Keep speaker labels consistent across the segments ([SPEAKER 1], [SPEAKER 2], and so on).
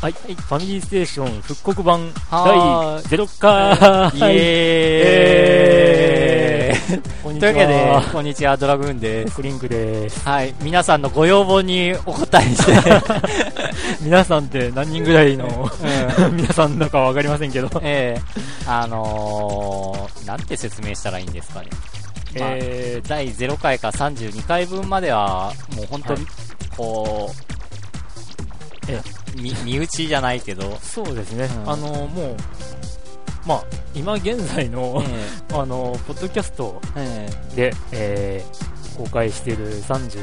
[SPEAKER 1] はい、ファミリーステーション復刻版
[SPEAKER 2] は
[SPEAKER 1] 第0回
[SPEAKER 2] イエーイ
[SPEAKER 1] こんに
[SPEAKER 2] と
[SPEAKER 1] ち
[SPEAKER 2] いうわけで
[SPEAKER 1] は、
[SPEAKER 2] こんにちは、ドラグーンです。
[SPEAKER 1] クリンクです。
[SPEAKER 2] はい、皆さんのご要望にお答えして、
[SPEAKER 1] 皆さんって何人ぐらいの
[SPEAKER 2] う
[SPEAKER 1] 皆さんだかわかりませんけど、
[SPEAKER 2] ええあのー、なんて説明したらいいんですかね。まあ
[SPEAKER 1] え
[SPEAKER 2] 第0回から32回分までは、もう本当に、こう、
[SPEAKER 1] え
[SPEAKER 2] み身内じゃないけど、
[SPEAKER 1] ー、そうですね、
[SPEAKER 2] うん
[SPEAKER 1] あの、もう、まあ、今現在の、あの、ポッドキャスト
[SPEAKER 2] ええ
[SPEAKER 1] で、えー公開している33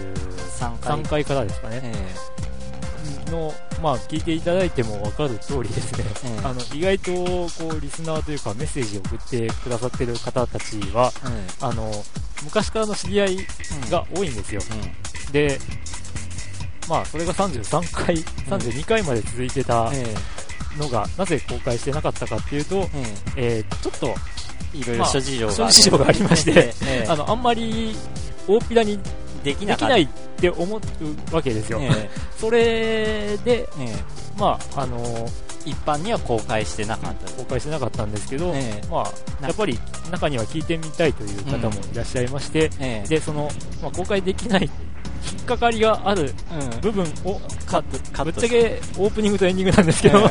[SPEAKER 2] 3回
[SPEAKER 1] 回。からですかね、
[SPEAKER 2] え
[SPEAKER 1] の、まあ、聞いていただいても分かる通りですね、
[SPEAKER 2] ええ
[SPEAKER 1] あの意外とこうリスナーというかメッセージを送ってくださってる方たちは
[SPEAKER 2] えうん
[SPEAKER 1] あの昔からの知り合いが多いんですよ、で、まあ、それが33回、32回まで続いてた
[SPEAKER 2] え
[SPEAKER 1] のが、なぜ公開してなかったかっていうと、
[SPEAKER 2] ええ
[SPEAKER 1] えーちょっと
[SPEAKER 2] えいろいろ諸事情がある、
[SPEAKER 1] 諸事情がありまして、
[SPEAKER 2] ええええ
[SPEAKER 1] あのあんまり大っぴらに
[SPEAKER 2] でき
[SPEAKER 1] で
[SPEAKER 2] な
[SPEAKER 1] き
[SPEAKER 2] かった
[SPEAKER 1] ないって思うわけですよ、
[SPEAKER 2] え
[SPEAKER 1] それで、
[SPEAKER 2] ええ
[SPEAKER 1] まああの
[SPEAKER 2] え一般には公開してなかった
[SPEAKER 1] 公開してなかったんですけど、
[SPEAKER 2] え
[SPEAKER 1] まあ、やっぱり中には聞いてみたいという方もいらっしゃいまして、
[SPEAKER 2] ええ
[SPEAKER 1] でその、まあ、公開できない引っかかりがある
[SPEAKER 2] うん
[SPEAKER 1] 部分を
[SPEAKER 2] カットカ
[SPEAKER 1] ぶっ
[SPEAKER 2] ット
[SPEAKER 1] ちゃ
[SPEAKER 2] し
[SPEAKER 1] けオープニングとエンディングなんですけど、
[SPEAKER 2] ええ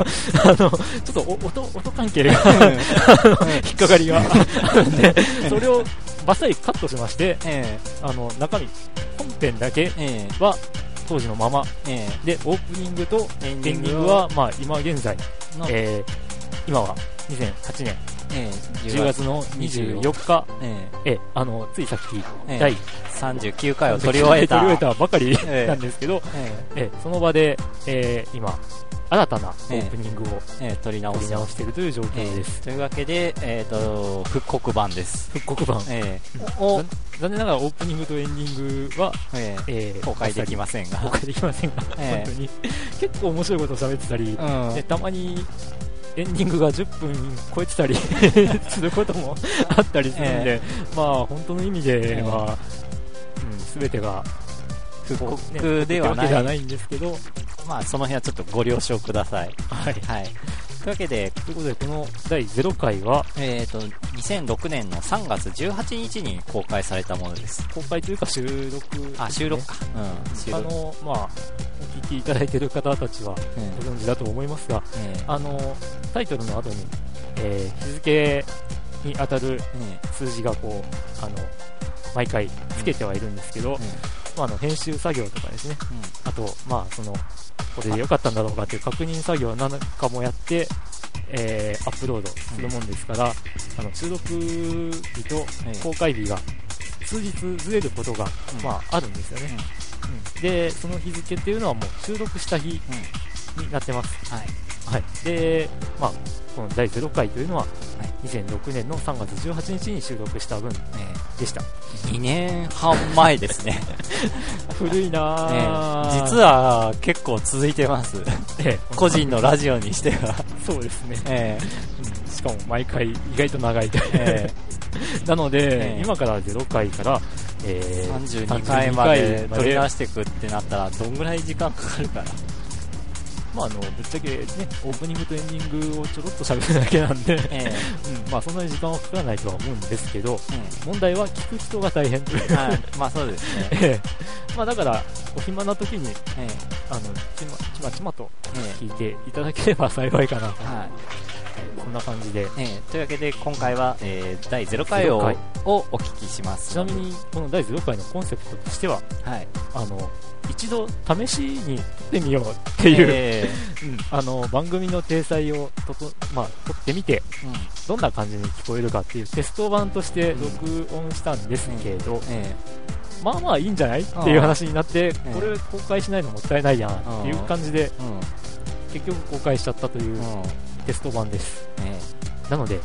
[SPEAKER 1] あのちょっとお音音関係が 引っかかりがあるんで、それをバッサリカットしまして、
[SPEAKER 2] え
[SPEAKER 1] あの中身、本編だけ
[SPEAKER 2] ええ
[SPEAKER 1] は当時のまま、
[SPEAKER 2] ええ
[SPEAKER 1] でオープニングと
[SPEAKER 2] え
[SPEAKER 1] エ
[SPEAKER 2] エン
[SPEAKER 1] ンディングは、まあ、今現在、
[SPEAKER 2] の、え
[SPEAKER 1] えー今は2008年
[SPEAKER 2] え
[SPEAKER 1] 10月の24日。
[SPEAKER 2] ええ
[SPEAKER 1] ええあのついさっき、
[SPEAKER 2] ええ
[SPEAKER 1] 第
[SPEAKER 2] 39回を取り終えた
[SPEAKER 1] 取り終えたばかり
[SPEAKER 2] ええ
[SPEAKER 1] なんですけど、
[SPEAKER 2] え
[SPEAKER 1] ええその場で、ええ今、新たなオ
[SPEAKER 2] ええ
[SPEAKER 1] ープニングを
[SPEAKER 2] えええ取り直
[SPEAKER 1] 撮り
[SPEAKER 2] す
[SPEAKER 1] 直しているという状況
[SPEAKER 2] え
[SPEAKER 1] で
[SPEAKER 2] え
[SPEAKER 1] す。
[SPEAKER 2] というわけで、えっと復刻版です、
[SPEAKER 1] 復刻版、
[SPEAKER 2] ええ
[SPEAKER 1] お残念ながらオープニングとエンディングは、
[SPEAKER 2] ええ
[SPEAKER 1] ええ
[SPEAKER 2] 公開でき
[SPEAKER 1] ま
[SPEAKER 2] ません
[SPEAKER 1] せん
[SPEAKER 2] が
[SPEAKER 1] 公、開できませんが、
[SPEAKER 2] ええ
[SPEAKER 1] 本当に結構面白いこと喋ってたり、
[SPEAKER 2] うん
[SPEAKER 1] でたまにエンディングが10分超えてたり すること もあったりするんで、まあ本当の意味では、うん、全てが
[SPEAKER 2] 復
[SPEAKER 1] ね
[SPEAKER 2] 刻では
[SPEAKER 1] わ
[SPEAKER 2] な
[SPEAKER 1] け
[SPEAKER 2] い
[SPEAKER 1] ではないんですけど、
[SPEAKER 2] まあ、その辺はちょっとご了承ください。
[SPEAKER 1] はい、
[SPEAKER 2] はい、というわけで、
[SPEAKER 1] ということでこの第0回は
[SPEAKER 2] えー、と2006年の3月18日に公開されたものです。
[SPEAKER 1] 公開というか収録、
[SPEAKER 2] あ、収録か。うん、収
[SPEAKER 1] あ
[SPEAKER 2] 録。
[SPEAKER 1] のまあお聞きいただいている方たちは
[SPEAKER 2] うん
[SPEAKER 1] ご存知だと思いますが
[SPEAKER 2] ええ
[SPEAKER 1] あのタイトルの後に、えー日付に当たる
[SPEAKER 2] え
[SPEAKER 1] 数字がこうあの毎回つけてはいるんですけど、
[SPEAKER 2] え
[SPEAKER 1] まあ、あの編集作業とかですね
[SPEAKER 2] うん
[SPEAKER 1] あと、まあ、そのこれで良かったんだろうかっていう確認作業なんかもやって、えーアップロードするもんですから、あの収録日と
[SPEAKER 2] ええ
[SPEAKER 1] 公開日が数日ずれることが、
[SPEAKER 2] うん
[SPEAKER 1] まあ、あるんですよね、うんでその日付っていうのはもう収録した日
[SPEAKER 2] うん
[SPEAKER 1] になってます、
[SPEAKER 2] はい。
[SPEAKER 1] はいでまあ、この第0回というのは、
[SPEAKER 2] い
[SPEAKER 1] 2006年の3月18日に収録した分で
[SPEAKER 2] え
[SPEAKER 1] した
[SPEAKER 2] え2年半前ですね。
[SPEAKER 1] 古いな
[SPEAKER 2] ええ
[SPEAKER 1] ぁ、
[SPEAKER 2] 実は結構続いて ます。
[SPEAKER 1] ええ
[SPEAKER 2] 個人のラジオにしては。
[SPEAKER 1] そうですね
[SPEAKER 2] え
[SPEAKER 1] うんしかも毎回意外と長いという、
[SPEAKER 2] え
[SPEAKER 1] なので、
[SPEAKER 2] ええ
[SPEAKER 1] 今から0回から、え
[SPEAKER 2] え
[SPEAKER 1] ー
[SPEAKER 2] 32回まで
[SPEAKER 1] 32
[SPEAKER 2] 取り直していくってなったら、どんぐらい時間かかるかな。
[SPEAKER 1] まあ、あのぶっちゃけ、ね、オープニングとエンディングをちょろっと喋るだけなんで、
[SPEAKER 2] ええ
[SPEAKER 1] うんまあ、そんなに時間はかからないとは思うんですけど
[SPEAKER 2] え
[SPEAKER 1] 問題は聞く人が大変という
[SPEAKER 2] えはい。まあそうですね。
[SPEAKER 1] ええまあだからお暇な時に
[SPEAKER 2] ええ
[SPEAKER 1] あのちまちまちまと
[SPEAKER 2] ええ
[SPEAKER 1] 聞いていただければ幸いかな
[SPEAKER 2] はい
[SPEAKER 1] こんな感じで
[SPEAKER 2] えーというわけで今回は、えー第0回を
[SPEAKER 1] 0回
[SPEAKER 2] をお聞きします
[SPEAKER 1] ちなみにこの第0回のコンセプトとしては
[SPEAKER 2] はい、
[SPEAKER 1] あの一度試しに撮ってみようっていう、
[SPEAKER 2] え
[SPEAKER 1] うんあの番組の体裁をとと、まあ、撮ってみて
[SPEAKER 2] ーうん
[SPEAKER 1] どんな感じに聞こえるかっていうテスト版として
[SPEAKER 2] うん
[SPEAKER 1] 録音したんですけど、
[SPEAKER 2] え
[SPEAKER 1] まあまあいいんじゃないっていう話になって
[SPEAKER 2] ん
[SPEAKER 1] これ公開しないのもったいないやんっていう感じで
[SPEAKER 2] ーうん
[SPEAKER 1] 結局公開しちゃったという
[SPEAKER 2] うん
[SPEAKER 1] テスト版です
[SPEAKER 2] え
[SPEAKER 1] なので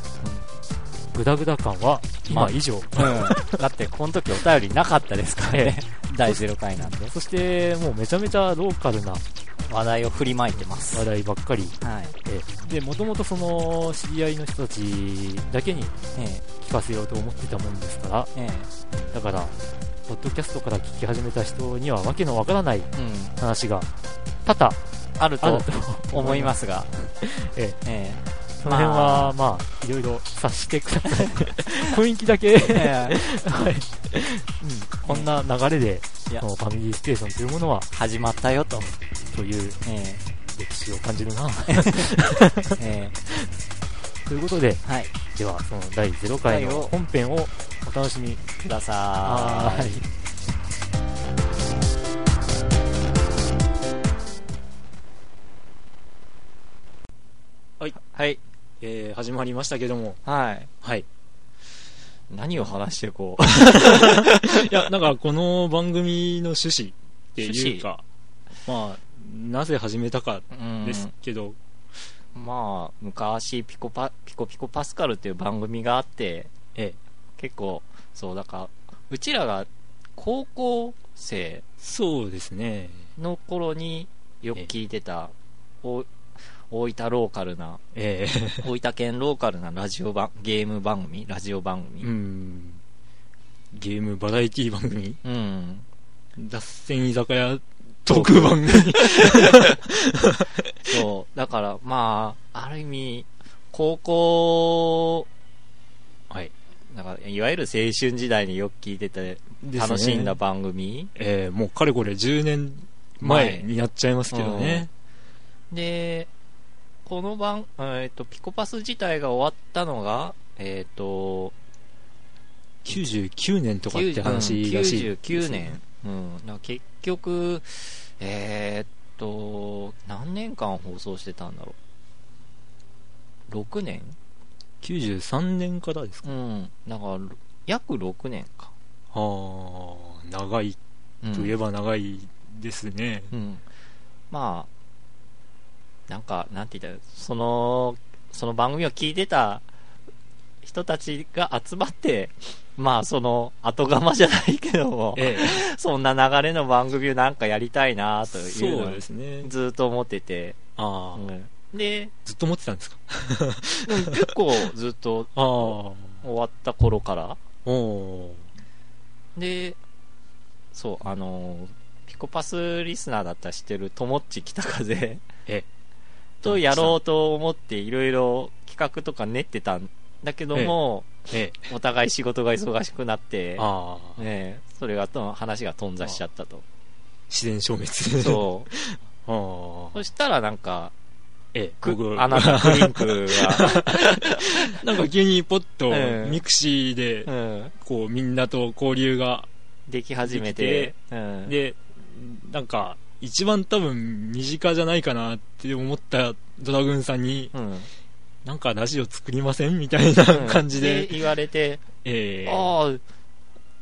[SPEAKER 1] グダグダ感は
[SPEAKER 2] ま
[SPEAKER 1] ま
[SPEAKER 2] あ
[SPEAKER 1] あ以上
[SPEAKER 2] ーだってこの時お便りなかったですからね第0回なんで
[SPEAKER 1] そしてもうめちゃめちゃローカルな
[SPEAKER 2] 話題を振りまいてます
[SPEAKER 1] 話題ばっかり
[SPEAKER 2] はい
[SPEAKER 1] でもともとその知り合いの人たちだけに
[SPEAKER 2] えー
[SPEAKER 1] 聞かせようと思ってたもんですから
[SPEAKER 2] え
[SPEAKER 1] だから、ポッドキャストから聞き始めた人にはわけのわからない
[SPEAKER 2] ーうん
[SPEAKER 1] 話が多々
[SPEAKER 3] ある
[SPEAKER 1] あ
[SPEAKER 3] と
[SPEAKER 1] ると
[SPEAKER 3] 思いますが、
[SPEAKER 1] ええ
[SPEAKER 3] え
[SPEAKER 1] その辺は、まあ、いろいろ察してくだ さい。雰囲気だけ、
[SPEAKER 3] ええ
[SPEAKER 1] はい。うん、こんな流れで、
[SPEAKER 3] いや
[SPEAKER 1] そのファミリーステーションというものは、
[SPEAKER 3] え始まったよと、
[SPEAKER 1] という
[SPEAKER 3] ええ
[SPEAKER 1] 歴史を感じるな。
[SPEAKER 3] え
[SPEAKER 1] ということで、
[SPEAKER 3] えはい、
[SPEAKER 1] では、その第0回の本編をお楽しみ
[SPEAKER 3] くだ
[SPEAKER 1] く
[SPEAKER 3] さ
[SPEAKER 1] だ
[SPEAKER 3] ー
[SPEAKER 1] さ
[SPEAKER 3] い。
[SPEAKER 1] い。
[SPEAKER 2] はい。
[SPEAKER 1] えー、始まりましたけども、
[SPEAKER 2] はい。
[SPEAKER 1] はい。
[SPEAKER 2] 何を話してこ
[SPEAKER 1] いや、なんかこの番組の趣旨っていうか、 まあ、なぜ始めたか
[SPEAKER 2] う。うん
[SPEAKER 1] ですけど、
[SPEAKER 2] まあ、昔、ピコパ、ピコピコパスカルっていう番組があって、
[SPEAKER 1] え
[SPEAKER 2] 結構、そう、だから、うちらが高校生
[SPEAKER 1] そうですね。
[SPEAKER 2] の頃によく聞いてた、お大分ローカルな、
[SPEAKER 1] え
[SPEAKER 2] 大分県ローカルなラジオ番、ゲーム番組、ラジオ番
[SPEAKER 1] え
[SPEAKER 2] 組。
[SPEAKER 1] うん。ゲームバラエティ番組、
[SPEAKER 2] うん
[SPEAKER 1] 脱線居酒屋トーク番組。
[SPEAKER 2] そう。だから、まあ、ある意味、高校、
[SPEAKER 1] はい。
[SPEAKER 2] だから、いわゆる青春時代によく聞いてて、楽しんだ。番組。
[SPEAKER 1] えー、もうかれこれ10年前にやっちゃいますけどね。
[SPEAKER 2] で、この番、えっ、と、ピコパス自体が終わったのが、えっ、と、
[SPEAKER 1] 99年とかって話らしい。
[SPEAKER 2] 99年。うん。だから結局、えっ、と、何年間放送してたんだろう。6年
[SPEAKER 1] 93年からですか。
[SPEAKER 2] うん。だから、約6年か。
[SPEAKER 1] はあ、長い
[SPEAKER 2] うん
[SPEAKER 1] といえば長いですね。
[SPEAKER 2] うん、まあ、なんか、なんて言ったら、その、その番組を聞いてた人たちが集まって、まあ、その、後釜じゃないけども、
[SPEAKER 1] え
[SPEAKER 2] そんな流れの番組をなんかやりたいなと
[SPEAKER 1] え、
[SPEAKER 2] いう
[SPEAKER 1] そう
[SPEAKER 2] のを
[SPEAKER 1] ですね。
[SPEAKER 2] ずっと思ってて、
[SPEAKER 1] ああ、
[SPEAKER 2] うんで、
[SPEAKER 1] ずっと持ってたんですか
[SPEAKER 2] うん結構ずっと
[SPEAKER 1] ああ、お
[SPEAKER 2] 終わった頃から、
[SPEAKER 1] お
[SPEAKER 2] で、そう、あの、ピコパスリスナーだったら知ってる、ともっち北風
[SPEAKER 1] え
[SPEAKER 2] とやろうと思って、いろいろ企画とか練ってたんだけども、
[SPEAKER 1] ええ、
[SPEAKER 2] お互い仕事が忙しくなって、
[SPEAKER 1] ああ、
[SPEAKER 2] ねえ、それがと話が頓挫しちゃった と。
[SPEAKER 1] 自然消滅。
[SPEAKER 2] そ
[SPEAKER 1] う。
[SPEAKER 2] う。
[SPEAKER 1] ああ
[SPEAKER 2] そ、したらなんか、
[SPEAKER 1] ええ、
[SPEAKER 2] く
[SPEAKER 1] 僕、
[SPEAKER 2] あなたクリンク
[SPEAKER 1] なんか急にポッと
[SPEAKER 2] ええ
[SPEAKER 1] ミクシーで、
[SPEAKER 2] が、うん、
[SPEAKER 1] こう、みんなと交流が、
[SPEAKER 2] でき始めて、うん、
[SPEAKER 1] で、なんか、一番多分身近じゃないかなって思ったドラグーンさんに、
[SPEAKER 2] うん、
[SPEAKER 1] なんかラジオ作りませんみたいな
[SPEAKER 2] うん
[SPEAKER 1] 感じで、
[SPEAKER 2] 言われて、
[SPEAKER 1] ええ、
[SPEAKER 2] ああ、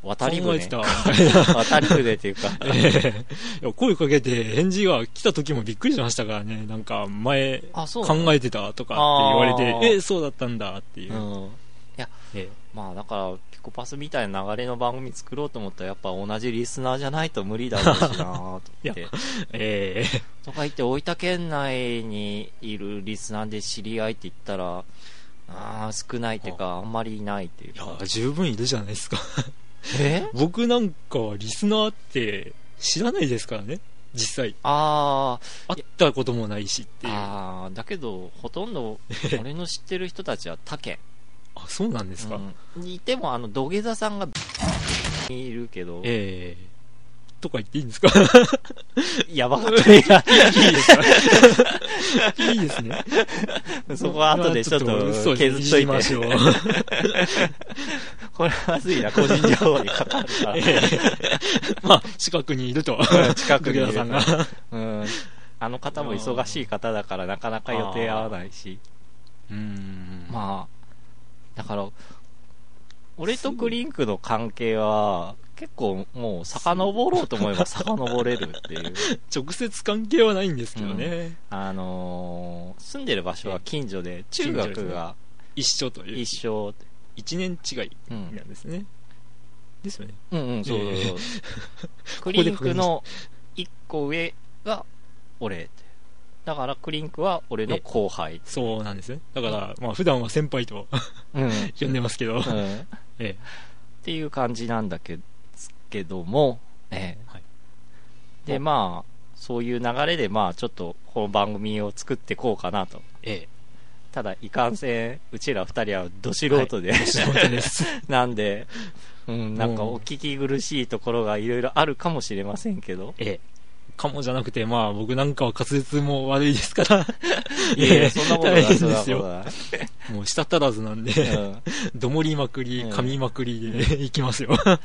[SPEAKER 2] 渡り
[SPEAKER 1] 考え
[SPEAKER 2] 船
[SPEAKER 1] て。た。
[SPEAKER 2] 渡り船っていうか、
[SPEAKER 1] ええいや声かけて返事が来た時もびっくりしましたからね。なんか前
[SPEAKER 2] あ、そうな
[SPEAKER 1] 考
[SPEAKER 2] の
[SPEAKER 1] えてたとかって言わ
[SPEAKER 2] あ
[SPEAKER 1] れ
[SPEAKER 2] ー
[SPEAKER 1] て、ええ、そうだったんだっていう。
[SPEAKER 2] うん。
[SPEAKER 1] ええ
[SPEAKER 2] まあだから、ピコパスみたいな流れの番組作ろうと思ったら、やっぱ同じリスナーじゃないと無理だろうしなと思っ
[SPEAKER 1] い
[SPEAKER 2] て。
[SPEAKER 1] ええ
[SPEAKER 2] とか言って、大分県内にいるリスナーで知り合いって言ったら、あー少ないっていうか、あんまりいないっていう
[SPEAKER 1] い。や、十分いるじゃないですか。
[SPEAKER 2] え
[SPEAKER 1] 僕なんかはリスナーって知らないですからね。実際。
[SPEAKER 2] あー
[SPEAKER 1] 会ったこともないしっていう。あ
[SPEAKER 2] あー、だけど、ほとんど、俺の知ってる人たちは他県。
[SPEAKER 1] そうなんですか。
[SPEAKER 2] うんにいても、あの、土下座さんが、にいるけど、
[SPEAKER 1] ええとか言っていいん ですか
[SPEAKER 2] やばかった。
[SPEAKER 1] いいですか いいですね。
[SPEAKER 2] そこは後でちょっと削っと
[SPEAKER 1] いじり
[SPEAKER 2] い
[SPEAKER 1] ま
[SPEAKER 2] て。
[SPEAKER 1] しょう。
[SPEAKER 2] これはまずいな、個人情報にかかるか
[SPEAKER 1] ええまあ、近くにいると。
[SPEAKER 2] ら。うん近くに い
[SPEAKER 1] 徳田
[SPEAKER 2] る
[SPEAKER 1] さんが。
[SPEAKER 2] うん。あの方も忙しい方だから、なかなか予定合わないし。
[SPEAKER 1] うんまあ、
[SPEAKER 2] まあ、だから、俺とクリンクの関係は、結構もう遡ろうと思えば遡れるっていう。
[SPEAKER 1] 直接関係はないんですけどね。
[SPEAKER 2] あのー住んでる場所は近所で、中学が
[SPEAKER 1] 一緒という。
[SPEAKER 2] 一緒。。
[SPEAKER 1] 一年違いうなんんですね。ですよね。
[SPEAKER 2] うんうん、そうそうそう。ク
[SPEAKER 1] ここ
[SPEAKER 2] リ
[SPEAKER 1] で
[SPEAKER 2] ン
[SPEAKER 1] 確認
[SPEAKER 2] クの一個上が俺って。だからクリンクは俺の後輩。
[SPEAKER 1] そうなんですね。だから、まあ、普段は先輩と
[SPEAKER 2] うん。
[SPEAKER 1] 呼んでますけど。
[SPEAKER 2] うん
[SPEAKER 1] ええ
[SPEAKER 2] っていう感じなんだけけども、ええ
[SPEAKER 1] はい
[SPEAKER 2] でまあそういう流れでまあちょっとこの番組を作ってこうかなと。
[SPEAKER 4] え
[SPEAKER 2] ただ、いかんせん、うちら二人はど素人で、
[SPEAKER 1] 本当です。
[SPEAKER 2] なんで、うん、なんかお聞き苦しいところがいろいろあるかもしれませんけど。
[SPEAKER 4] え、え
[SPEAKER 1] かもじゃなくて、まあ僕なんかは滑舌も悪いですから、
[SPEAKER 2] いやい や、そんなことな
[SPEAKER 1] 大
[SPEAKER 2] い、
[SPEAKER 1] 変
[SPEAKER 2] そん
[SPEAKER 1] で
[SPEAKER 2] なこ
[SPEAKER 1] すよ
[SPEAKER 2] とない。
[SPEAKER 1] もう舌足らずなんで、
[SPEAKER 2] うん
[SPEAKER 1] どもりまくり、
[SPEAKER 2] うん
[SPEAKER 1] 噛みまくりでいきますよ。
[SPEAKER 2] まあ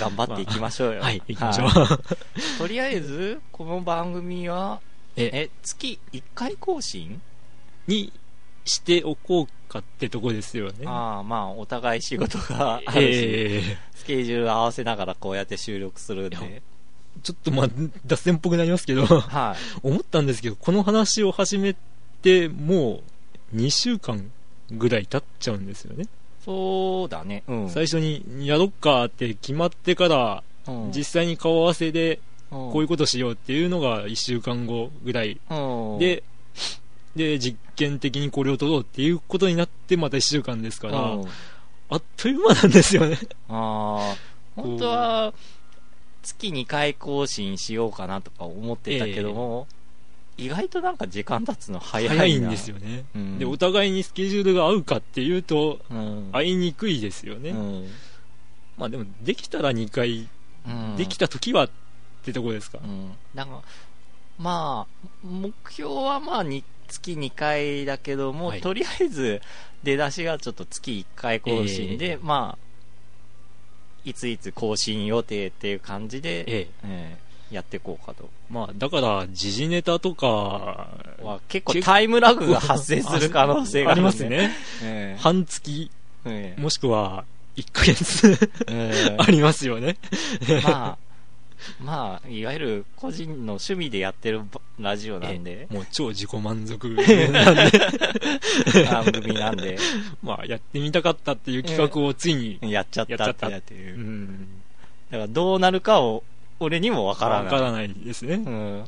[SPEAKER 2] 頑張っていきましょうよ。
[SPEAKER 1] はい、いきましょう。
[SPEAKER 2] はいとりあえず、この番組は、
[SPEAKER 1] え、
[SPEAKER 2] え、月1回更新
[SPEAKER 1] にしておこうかってとこですよね。
[SPEAKER 2] ああ、まあ、お互い仕事があるし、
[SPEAKER 1] ええ
[SPEAKER 2] スケジュール合わせながらこうやって収録するんで。
[SPEAKER 1] い
[SPEAKER 2] はい。
[SPEAKER 1] ちょっとまあ、脱線っぽくなりますけど、 思ったんですけど、この話を始めて、もう2週間ぐらい経っちゃうんですよね。
[SPEAKER 2] そうだね。うん。
[SPEAKER 1] 最初にやろっかって決まってから、
[SPEAKER 2] うん
[SPEAKER 1] 実際に顔合わせで
[SPEAKER 2] うん
[SPEAKER 1] こういうことしようっていうのが1週間後ぐらい
[SPEAKER 2] うん
[SPEAKER 1] で、で、実験的にこれを取ろうっていうことになって、また1週間ですから、
[SPEAKER 2] うん
[SPEAKER 1] あっという間なんですよね。
[SPEAKER 2] ああ、本当は、月2回更新しようかなとか思ってたけども、意外となんか時間経つの早いな。
[SPEAKER 1] 早いんです。よね。
[SPEAKER 2] うん、
[SPEAKER 1] で、お互いにスケジュールが合うかっていうと、
[SPEAKER 2] うん、
[SPEAKER 1] 会いにくいですよね。
[SPEAKER 2] うん
[SPEAKER 1] まあでも、できたら2回、
[SPEAKER 2] うん
[SPEAKER 1] できた時はってとこですか
[SPEAKER 2] う。ん。なんか、まあ、目標はまあに、月2回だけども、
[SPEAKER 1] はい
[SPEAKER 2] とりあえず、出だしがちょっと月1回更新で、まあ、いついつ更新予定っていう感じで、
[SPEAKER 1] ええ。
[SPEAKER 2] ええやっていこうかと。
[SPEAKER 1] まあ、だから、時事ネタとか、
[SPEAKER 2] は結構タイムラグが発生する可能性が
[SPEAKER 1] あ
[SPEAKER 2] あ
[SPEAKER 1] り
[SPEAKER 2] る、
[SPEAKER 1] ます。ね。
[SPEAKER 2] ええ
[SPEAKER 1] 半月、
[SPEAKER 2] ええ
[SPEAKER 1] もしくは、1ヶ月
[SPEAKER 2] え
[SPEAKER 1] ありますよね。
[SPEAKER 2] えまあ、まあ、いわゆる個人の趣味でやってるラジオなんで、
[SPEAKER 1] もう超自己満 足なんで、
[SPEAKER 2] 番組なんで、
[SPEAKER 1] まあ、やってみたかったっていう企画をついに、
[SPEAKER 2] やっちゃった
[SPEAKER 1] やっ
[SPEAKER 2] っ
[SPEAKER 1] ちゃった
[SPEAKER 2] てっていうう。
[SPEAKER 1] ん、
[SPEAKER 2] だからどうなるかを、俺にもわから
[SPEAKER 1] わ
[SPEAKER 2] ない。
[SPEAKER 1] からないですね。
[SPEAKER 2] うん。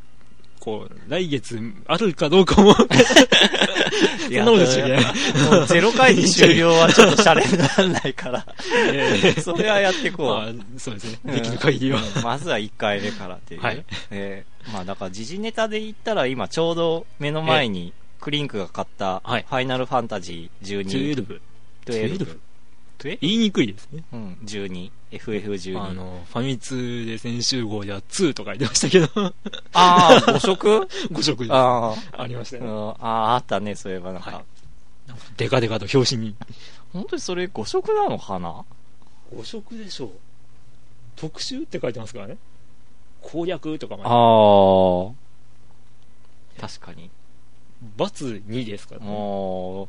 [SPEAKER 1] こう、来月あるかどうかも、 そんなことしちゃいけない。
[SPEAKER 2] もうゼロ回で終了はちょっとシャレにならな いから、それはやってこう。
[SPEAKER 1] まあ、そうですね。できる限りは。
[SPEAKER 2] うんまずは1回目からっていう。
[SPEAKER 1] はい
[SPEAKER 2] えーまあだから時事ネタで言ったら今ちょうど目の前にクリンクが買ったフ
[SPEAKER 1] はい
[SPEAKER 2] ァイナルファンタジー12、
[SPEAKER 1] 12。
[SPEAKER 2] 12、12?
[SPEAKER 1] 言いにくいですね。
[SPEAKER 2] うん、12、FF12。
[SPEAKER 1] あの、ファミ通で先週号では2とか言ってましたけど、
[SPEAKER 2] あー、5色
[SPEAKER 1] 5色です。あ
[SPEAKER 2] あー
[SPEAKER 1] りました
[SPEAKER 2] う
[SPEAKER 1] ね。
[SPEAKER 2] んあー、あったね、そういえばなんか。
[SPEAKER 1] はいデカデカと表紙に。
[SPEAKER 2] 本当にそれ5色なのかな
[SPEAKER 1] 5色でしょう。特集って書いてますからね。攻略とかまで
[SPEAKER 2] あー。確かに。
[SPEAKER 1] バツ2ですからね。
[SPEAKER 2] も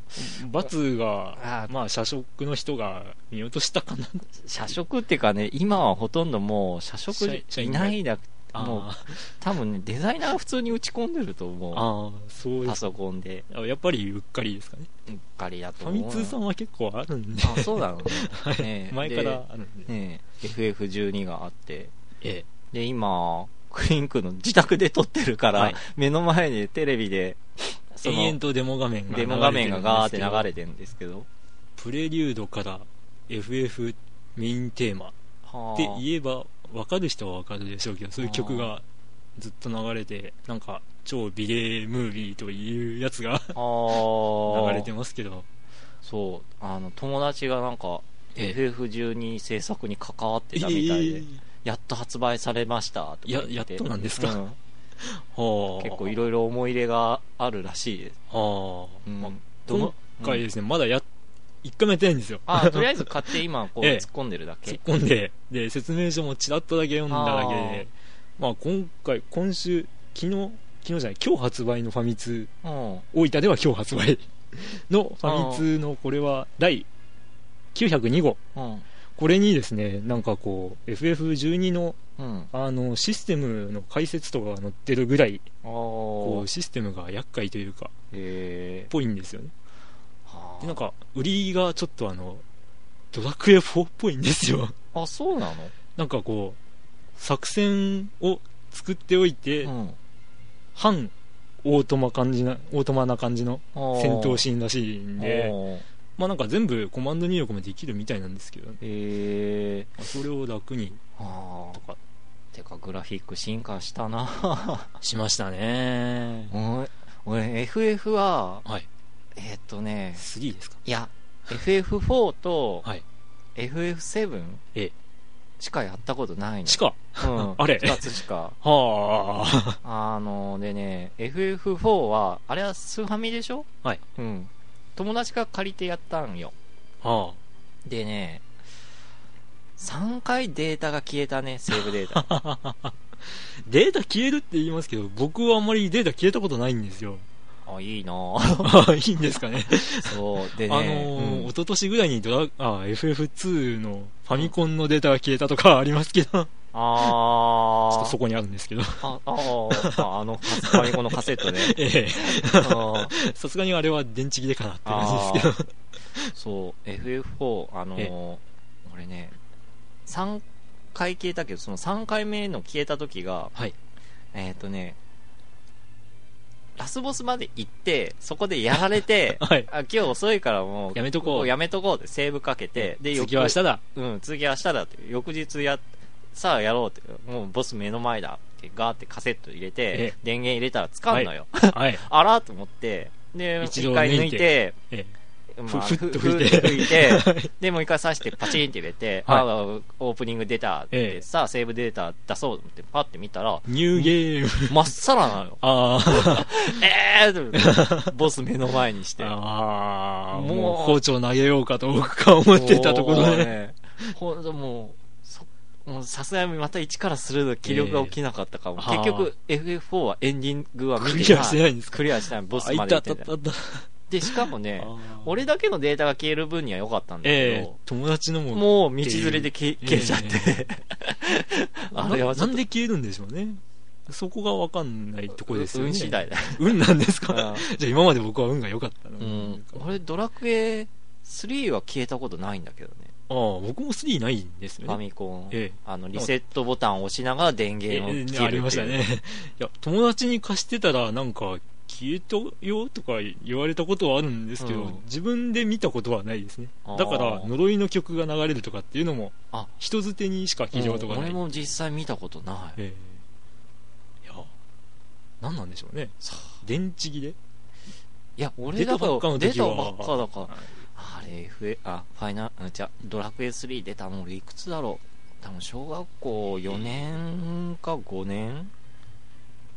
[SPEAKER 1] バツ
[SPEAKER 2] う、
[SPEAKER 1] が、
[SPEAKER 2] あー
[SPEAKER 1] まあ、社食の人が見落としたかな。
[SPEAKER 2] 社食っていうかね、今はほとんどもう社食
[SPEAKER 1] 社社
[SPEAKER 2] い
[SPEAKER 1] 員が
[SPEAKER 2] ないだ、もう
[SPEAKER 1] あー
[SPEAKER 2] 多分ね、デザイナー普通に打ち込んでると思
[SPEAKER 1] あー、そう
[SPEAKER 2] う。
[SPEAKER 1] で
[SPEAKER 2] パ
[SPEAKER 1] す。
[SPEAKER 2] ソコンで。
[SPEAKER 1] やっぱりうっかりですかね。
[SPEAKER 2] うっかりだと
[SPEAKER 1] ファ
[SPEAKER 2] 思う。
[SPEAKER 1] ミ通さんは結構あるんで、
[SPEAKER 2] あ、そうなのね。ねえ
[SPEAKER 1] 前から。あるんで。
[SPEAKER 2] でねえ FF12 があって。
[SPEAKER 1] え
[SPEAKER 2] で、今、クリンクの自宅で撮ってるから、
[SPEAKER 1] はい
[SPEAKER 2] 目の前でテレビ
[SPEAKER 1] え、
[SPEAKER 2] で、そ
[SPEAKER 1] 延々
[SPEAKER 2] の、
[SPEAKER 1] とデモ画面が
[SPEAKER 2] デモ画面がガーって流
[SPEAKER 1] れ
[SPEAKER 2] れてるんですけど。
[SPEAKER 1] プレリュードから FF メインテーマって
[SPEAKER 2] はあ
[SPEAKER 1] 言えば分かる人は分かるでしょうけどそういう曲がずっと流れてなんか超美麗ムービーというやつが
[SPEAKER 2] あ
[SPEAKER 1] 流
[SPEAKER 2] あ
[SPEAKER 1] れてますけど
[SPEAKER 2] そうあの友達がなんか
[SPEAKER 1] ええ
[SPEAKER 2] FF12 制作に関わって
[SPEAKER 1] え
[SPEAKER 2] たみたいで、
[SPEAKER 1] え
[SPEAKER 2] やっと発売されましたとか言って
[SPEAKER 1] ややっとなんですか
[SPEAKER 2] う
[SPEAKER 1] はあ
[SPEAKER 2] 結構いろいろ思い入れがあるらしいです、
[SPEAKER 1] はあ、
[SPEAKER 2] うん
[SPEAKER 1] まあ
[SPEAKER 2] どの
[SPEAKER 1] 今回ですね、まだや1回もやってないんですよ
[SPEAKER 2] あとりあえず買って今こう
[SPEAKER 1] ええ
[SPEAKER 2] 突っ込んでるだけ、
[SPEAKER 1] 突っ込んでで説明書もちらっとだけ読んだだけでまあ、今回今週昨日昨日じゃない今日発売のファミ通
[SPEAKER 2] うん、
[SPEAKER 1] 大分では今日発売のファミ通のこれは第902号
[SPEAKER 2] うん
[SPEAKER 1] これにですねなんかこう FF12 の
[SPEAKER 2] うん
[SPEAKER 1] あのシステムの解説とかが載ってるぐらい
[SPEAKER 2] あ
[SPEAKER 1] こ
[SPEAKER 2] ー
[SPEAKER 1] うシステムが厄介というか
[SPEAKER 2] へえ
[SPEAKER 1] ぽいんですよね
[SPEAKER 2] は
[SPEAKER 1] でなんか売りがちょっとあのドラクエ4っぽいんですよ
[SPEAKER 2] ああそうなの
[SPEAKER 1] なんかこう作戦を作っておいて、
[SPEAKER 2] うん
[SPEAKER 1] 反オートマ感じなオートマな感じの
[SPEAKER 2] あー
[SPEAKER 1] 戦闘シーンらしいんで
[SPEAKER 2] あー
[SPEAKER 1] まあなんか全部コマンド入力もできるみたいなんですけど、ね、
[SPEAKER 2] へえ
[SPEAKER 1] それを楽に
[SPEAKER 2] あ
[SPEAKER 1] と
[SPEAKER 2] ー
[SPEAKER 1] か
[SPEAKER 2] てかグラフィック進化したな
[SPEAKER 1] しましたね。
[SPEAKER 2] おい俺 FF は
[SPEAKER 1] はい。
[SPEAKER 2] えーっとね
[SPEAKER 1] 3ですか
[SPEAKER 2] いや FF4 と
[SPEAKER 1] はい。
[SPEAKER 2] FF7
[SPEAKER 1] ええ
[SPEAKER 2] しかやったことないの
[SPEAKER 1] しか。
[SPEAKER 2] う ん、
[SPEAKER 1] あれ
[SPEAKER 2] 2つしか
[SPEAKER 1] はあ。
[SPEAKER 2] あのでね FF4 はあれはスーファミでしょ
[SPEAKER 1] はい、
[SPEAKER 2] うん、友達が借りてやったんよ
[SPEAKER 1] は
[SPEAKER 2] でね3回データが消えたねセーブ データ
[SPEAKER 1] あ。データ消えるって言いますけど、僕はあんまりデータ消えたことないんです よ。
[SPEAKER 2] あいいなぁ
[SPEAKER 1] いいんですかね。
[SPEAKER 2] そうでね、
[SPEAKER 1] あのー
[SPEAKER 2] うん
[SPEAKER 1] 一昨年ぐらいにドラ、あ、FF2 のファミコンのデータが消えたとかありますけど、ちょっ
[SPEAKER 2] あー
[SPEAKER 1] とそこにあるんですけど、
[SPEAKER 2] ああーああ のファミコンのカセットね
[SPEAKER 1] ええ、
[SPEAKER 2] うん
[SPEAKER 1] さすがにあれは電池切れかなって
[SPEAKER 2] あ
[SPEAKER 1] 感
[SPEAKER 2] あ
[SPEAKER 1] じですけど、
[SPEAKER 2] ーそう FF4 あの
[SPEAKER 1] え
[SPEAKER 2] ー俺ね3回消えたけどその3回目の消えた時が、
[SPEAKER 1] はい
[SPEAKER 2] えっ、とねラスボスまで行ってそこでやられて
[SPEAKER 1] はい。
[SPEAKER 2] あ今日遅いからもう
[SPEAKER 1] やめとこう
[SPEAKER 2] もやめとこうってセーブかけてで
[SPEAKER 1] 次は明日だ。
[SPEAKER 2] うん、次明日だって、翌日や、さあやろうって、もうボス目の前だって、ガーってカセット入れ
[SPEAKER 1] ええ
[SPEAKER 2] て、電源入れたら使うのよ。
[SPEAKER 1] はい。
[SPEAKER 2] あらーと思って、で、
[SPEAKER 1] 一
[SPEAKER 2] 一
[SPEAKER 1] 度
[SPEAKER 2] 回
[SPEAKER 1] 抜
[SPEAKER 2] 抜
[SPEAKER 1] い
[SPEAKER 2] い
[SPEAKER 1] て
[SPEAKER 2] て、
[SPEAKER 1] え
[SPEAKER 2] まあ
[SPEAKER 1] ふふっと
[SPEAKER 2] ふ
[SPEAKER 1] 吹いて
[SPEAKER 2] ふっと吹いて、 で、もう一回刺してパチンって入れて、
[SPEAKER 1] はい
[SPEAKER 2] あーオープニング出たって、
[SPEAKER 1] ええ
[SPEAKER 2] さあセーブデータ出そうと思って、パッて見たら、
[SPEAKER 1] え、ニューゲーム。。
[SPEAKER 2] まっさらなのよ
[SPEAKER 1] あー
[SPEAKER 2] えー ってボス目の前にして。
[SPEAKER 1] あー、
[SPEAKER 2] もう
[SPEAKER 1] もう包丁投げようかと僕が思ってたところ
[SPEAKER 2] もう
[SPEAKER 1] で、
[SPEAKER 2] ねほんともうそもうさすがにまた一からするの気力が起きなかったかも、
[SPEAKER 1] ええ
[SPEAKER 2] 結局 FF4 はエンディングは見て
[SPEAKER 1] ク
[SPEAKER 2] ない
[SPEAKER 1] リアしてないんですか
[SPEAKER 2] クリアしてないボス
[SPEAKER 1] あ、い
[SPEAKER 2] まで
[SPEAKER 1] た
[SPEAKER 2] 行
[SPEAKER 1] あ
[SPEAKER 2] っ
[SPEAKER 1] った
[SPEAKER 2] て
[SPEAKER 1] あ
[SPEAKER 2] ん
[SPEAKER 1] っ
[SPEAKER 2] だ
[SPEAKER 1] た
[SPEAKER 2] よ
[SPEAKER 1] あった。
[SPEAKER 2] でしかもね
[SPEAKER 1] あー
[SPEAKER 2] 俺だけのデータが消える分には良かったんだけ
[SPEAKER 1] ええ
[SPEAKER 2] ど、
[SPEAKER 1] 友達のも、
[SPEAKER 2] もう道連れで消え
[SPEAKER 1] ええ
[SPEAKER 2] 消えちゃって、
[SPEAKER 1] な
[SPEAKER 2] あれはち
[SPEAKER 1] な
[SPEAKER 2] ょっ
[SPEAKER 1] ん
[SPEAKER 2] と
[SPEAKER 1] で消えるんでしょうね。そこがわかんないとこですよね。
[SPEAKER 2] 運次第だ、
[SPEAKER 1] 運なんですか
[SPEAKER 2] うん
[SPEAKER 1] じゃあ今まで僕は運が良かったな。
[SPEAKER 2] うん、俺ドラクエ3は消えたことないんだけどね
[SPEAKER 1] ああ、僕も3ないんです
[SPEAKER 2] フ
[SPEAKER 1] よ
[SPEAKER 2] ァ
[SPEAKER 1] ね。
[SPEAKER 2] ミコン、
[SPEAKER 1] ええ
[SPEAKER 2] あのリセットボタンを押しながら電
[SPEAKER 1] え
[SPEAKER 2] 源を切るってい
[SPEAKER 1] え
[SPEAKER 2] う
[SPEAKER 1] ありましたね。 いや、友達に貸してたら、なんか、消えたよとか言われたことはあるんですけど、
[SPEAKER 2] うん
[SPEAKER 1] 自分で見たことはないですね。
[SPEAKER 2] あー
[SPEAKER 1] だから、呪いの曲が流れるとかっていうのも
[SPEAKER 2] あ、
[SPEAKER 1] 人づてにしか聞いたことがな
[SPEAKER 2] 俺
[SPEAKER 1] い。
[SPEAKER 2] も実際見たことない、
[SPEAKER 1] ええいや、なんなんでしょうね。
[SPEAKER 2] さあ
[SPEAKER 1] 電池切れ
[SPEAKER 2] いや俺だか
[SPEAKER 1] 出たばっからの
[SPEAKER 2] 出
[SPEAKER 1] 時
[SPEAKER 2] た
[SPEAKER 1] は
[SPEAKER 2] ばっかだからあれ FA あファイナルじゃドラクエ3出たの俺いくつだろう多分小学校4年か5年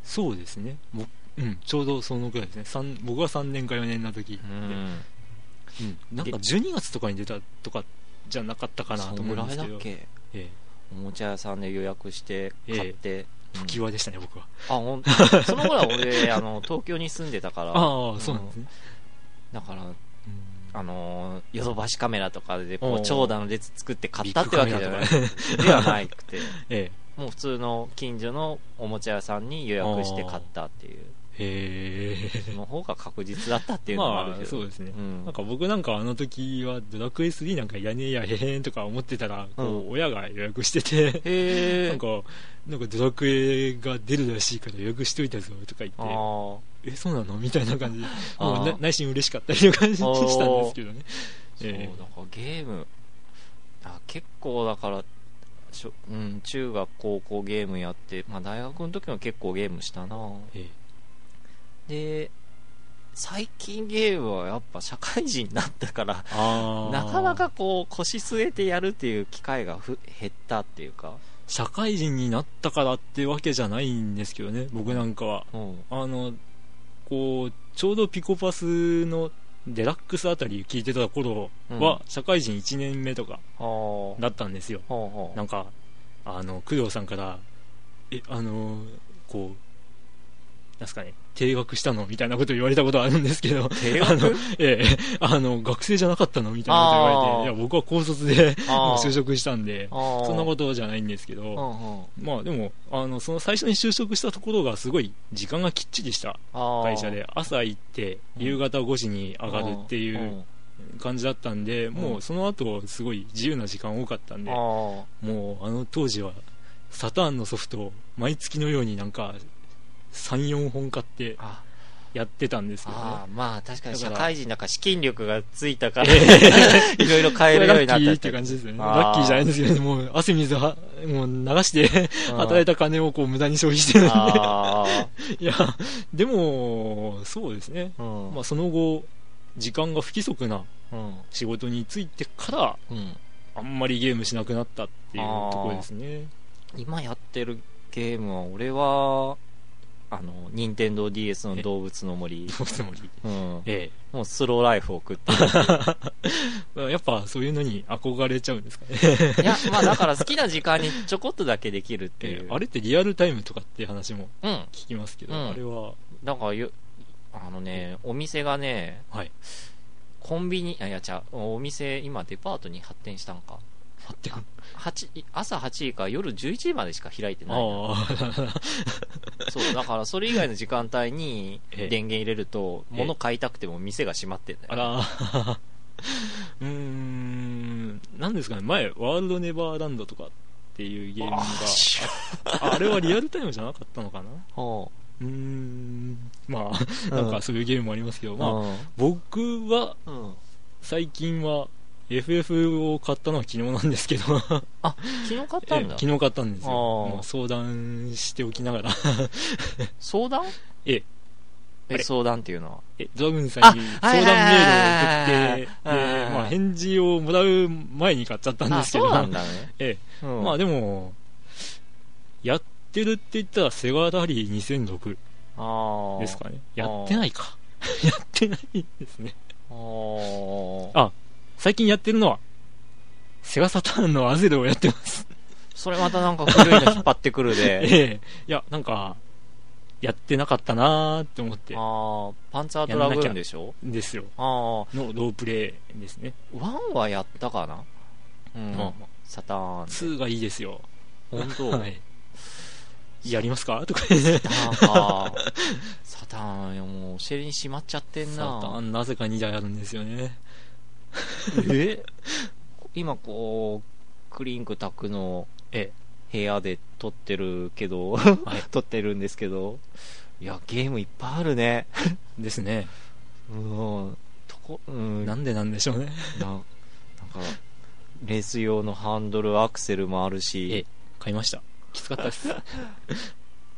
[SPEAKER 1] そうですね。僕うん、ちょうどそのくらいですね。三僕は3年か4年の時。
[SPEAKER 2] うん
[SPEAKER 1] うん、なんか12月とかに出たとかじゃなかったかな
[SPEAKER 2] そ
[SPEAKER 1] と
[SPEAKER 2] ん
[SPEAKER 1] 思
[SPEAKER 2] ぐ
[SPEAKER 1] うん
[SPEAKER 2] ら
[SPEAKER 1] で
[SPEAKER 2] い
[SPEAKER 1] す
[SPEAKER 2] だっ
[SPEAKER 1] けど、え
[SPEAKER 2] け
[SPEAKER 1] え
[SPEAKER 2] おもちゃ屋さんで予約して
[SPEAKER 1] ええ
[SPEAKER 2] 買って、うん
[SPEAKER 1] 時はでしたね、僕は。
[SPEAKER 2] あほん その頃は 俺あの東京に住んでたから
[SPEAKER 1] ああ、そうなんですね。
[SPEAKER 2] だから
[SPEAKER 1] うん
[SPEAKER 2] あのーヨドバシカメラとかで
[SPEAKER 1] お
[SPEAKER 2] こ
[SPEAKER 1] ー
[SPEAKER 2] う長蛇の列作って買ったってわけじゃない ではないくて
[SPEAKER 1] え
[SPEAKER 2] もう普通の近所のおもちゃ屋さんに予約して買ったっていう
[SPEAKER 1] え。へ
[SPEAKER 2] その方が確実だったって
[SPEAKER 1] え。
[SPEAKER 2] いうのもある
[SPEAKER 1] まあ、
[SPEAKER 2] けど、
[SPEAKER 1] そうですね。
[SPEAKER 2] うん
[SPEAKER 1] なんか僕なんかあの時はドラクエ3なんかやねえやへへんとか思ってたら、こ
[SPEAKER 2] う
[SPEAKER 1] う親が予約して て、
[SPEAKER 2] へえ
[SPEAKER 1] なんか、なんかドラクエが出るらしいから予約しといたぞとか言って
[SPEAKER 2] あ、ー
[SPEAKER 1] え、そうなのみたいな感じで、
[SPEAKER 2] あー
[SPEAKER 1] もうな内心嬉しかったりとかしたんですけどね。
[SPEAKER 2] そう
[SPEAKER 1] え
[SPEAKER 2] だからゲームあ結構だからしょ、うん、中学高校ゲームやって、まあ、大学の時も結構ゲームしたな
[SPEAKER 1] ええ
[SPEAKER 2] で最近ゲームはやっぱ社会人になったから
[SPEAKER 1] えあー
[SPEAKER 2] なかなかこう腰据えてやるっていう機会がふ減ったっていうか、
[SPEAKER 1] 社会人になったからってわけじゃないんですけどね、僕なんかは。
[SPEAKER 2] うん、
[SPEAKER 1] あの、こう、ちょうどピコパスのデラックスあたり聞いてた頃は、社会人1年目とか
[SPEAKER 2] あー
[SPEAKER 1] だったんですよ。
[SPEAKER 2] ほうほう
[SPEAKER 1] なんか、あの、工藤さんから、え、あの、こう、なんすかね、定額したのみたいなこと言われたことあるんですけど、
[SPEAKER 2] 定
[SPEAKER 1] あ
[SPEAKER 2] 額
[SPEAKER 1] の、ええ、あの、学生じゃなかったのみたいなこと言われ
[SPEAKER 2] あ
[SPEAKER 1] て、
[SPEAKER 2] ー
[SPEAKER 1] いや、僕は高卒でもう
[SPEAKER 2] あー
[SPEAKER 1] 就職したんで、
[SPEAKER 2] あ、
[SPEAKER 1] そんなこととじゃないんですけど、
[SPEAKER 2] うんうん、
[SPEAKER 1] まあでも、あの、その最初に就職したところがすごい時間がきっちりした
[SPEAKER 2] あー
[SPEAKER 1] 会社で、朝行って、
[SPEAKER 2] うん
[SPEAKER 1] 夕方5時に上がるっていう感じだったんで、もうその後、すごい自由な時間多かったん
[SPEAKER 2] うん
[SPEAKER 1] で
[SPEAKER 2] あ、ー
[SPEAKER 1] もうあの当時は、サターンのソフトを毎月のようになんか、3、4本買って、
[SPEAKER 2] あ
[SPEAKER 1] やってたんですけどね。
[SPEAKER 2] ああ、まあ確かに
[SPEAKER 1] だか
[SPEAKER 2] 社
[SPEAKER 1] ら
[SPEAKER 2] 会人だから資金力がついたから、い ろいろ変えるよう
[SPEAKER 1] ラッ
[SPEAKER 2] になっ
[SPEAKER 1] キ
[SPEAKER 2] た
[SPEAKER 1] ー
[SPEAKER 2] っ
[SPEAKER 1] って
[SPEAKER 2] て
[SPEAKER 1] 感じですよね。
[SPEAKER 2] あー
[SPEAKER 1] ラッキーじゃないんですけど、もう汗水は、もう流して、
[SPEAKER 2] うん
[SPEAKER 1] 働いた金をこう無駄に消費してるん
[SPEAKER 2] ああ、
[SPEAKER 1] で。いや、 でも、そうですね。
[SPEAKER 2] う ん。
[SPEAKER 1] まあその後、時間が不規則な
[SPEAKER 2] うん。
[SPEAKER 1] 仕事に就いてから、
[SPEAKER 2] うん。
[SPEAKER 1] あんまりゲームしなくなったっていう
[SPEAKER 2] あー
[SPEAKER 1] ところですね。
[SPEAKER 2] 今やってるゲームは、俺は、あの、任天堂 d s の動物の森。
[SPEAKER 1] どうつもり。
[SPEAKER 2] うん。
[SPEAKER 1] え
[SPEAKER 2] もうスローライフを送って
[SPEAKER 1] え。やっぱそういうのに憧れちゃうんですかね。
[SPEAKER 2] いや、まあだから好きな時間にちょこっとだけできるって い
[SPEAKER 1] え
[SPEAKER 2] う。
[SPEAKER 1] えあれってリアルタイムとかっていう話も
[SPEAKER 2] うん。
[SPEAKER 1] 聞きますけど、
[SPEAKER 2] うん
[SPEAKER 1] あれは、
[SPEAKER 2] だからよ、あのね、お店がね、
[SPEAKER 1] はい
[SPEAKER 2] コンビニ、あいや、違う、お店、今デパートに発展したんか。
[SPEAKER 1] 発展。
[SPEAKER 2] 八朝8時から夜11時までしか開いてないな
[SPEAKER 1] ああ、
[SPEAKER 2] そう、だからそれ以外の時間帯に
[SPEAKER 1] ええ
[SPEAKER 2] 電源入れると、
[SPEAKER 1] ええ
[SPEAKER 2] 物買いたくても店が閉まってんだよ
[SPEAKER 1] あら、 うーん、なんですかね、前、ワールドネバーランドとかっていうゲームが、ああれはリアルタイムじゃなかったのかな
[SPEAKER 2] ほ
[SPEAKER 1] うーん、ま
[SPEAKER 2] う
[SPEAKER 1] あ、なんかそういうゲームもありますけど、
[SPEAKER 2] う
[SPEAKER 1] まあ、僕は
[SPEAKER 2] うんうん
[SPEAKER 1] 最近は FF を買ったのは昨日なんです けど、。
[SPEAKER 2] 昨日買ったんだ
[SPEAKER 1] 昨日買ったんですよ。
[SPEAKER 2] あー
[SPEAKER 1] もう相談しておきながら、
[SPEAKER 2] 相談
[SPEAKER 1] ええあ
[SPEAKER 2] え、
[SPEAKER 1] れ
[SPEAKER 2] 相談っていうのは。
[SPEAKER 1] えドラグーンさんに
[SPEAKER 2] あはい
[SPEAKER 1] 相談メールを送って、で
[SPEAKER 2] はいはいはいはいはい
[SPEAKER 1] まあ、返事をもらう前に買っちゃったんで
[SPEAKER 2] あ、
[SPEAKER 1] すけど、
[SPEAKER 2] そうなんだね。
[SPEAKER 1] ええ
[SPEAKER 2] うん
[SPEAKER 1] まあでも、やってるって言ったらセガラリー2006
[SPEAKER 2] あー
[SPEAKER 1] ですかね。
[SPEAKER 2] あ
[SPEAKER 1] や
[SPEAKER 2] ー
[SPEAKER 1] ってないか。 やってないですね。
[SPEAKER 2] あー
[SPEAKER 1] あ最近やってるのは、セガサターンのアゼルをやってます。
[SPEAKER 2] それまたなんか古いの引っ張ってくるで。
[SPEAKER 1] ええ。 いや、なんか、やってなかったなーって思って
[SPEAKER 2] あ、ーパンツァードラグーンでしょ
[SPEAKER 1] ですよ。
[SPEAKER 2] ああ、
[SPEAKER 1] のロープレイですね。
[SPEAKER 2] ワンはやったかなうん。
[SPEAKER 1] まあま
[SPEAKER 2] サターン。
[SPEAKER 1] 2がいいですよ。
[SPEAKER 2] 本当
[SPEAKER 1] はい。やりますか とか言って。
[SPEAKER 2] なんか、サターンよ、もう、教えにしまっちゃってん
[SPEAKER 1] サター
[SPEAKER 2] な。
[SPEAKER 1] ンなぜか2台あるんですよね。
[SPEAKER 2] え 今、こう、クリンク宅の
[SPEAKER 1] え
[SPEAKER 2] 部屋で撮ってるけど、 撮ってるんですけど、いや、ゲームいっぱいあるね。
[SPEAKER 1] え。ですね。
[SPEAKER 2] うん。とこ、うん。
[SPEAKER 1] な
[SPEAKER 2] なん
[SPEAKER 1] んでなんでしょうね。
[SPEAKER 2] ななんか、レース用のハンドル、アクセルもあるし、
[SPEAKER 1] 買いました。きつかった です。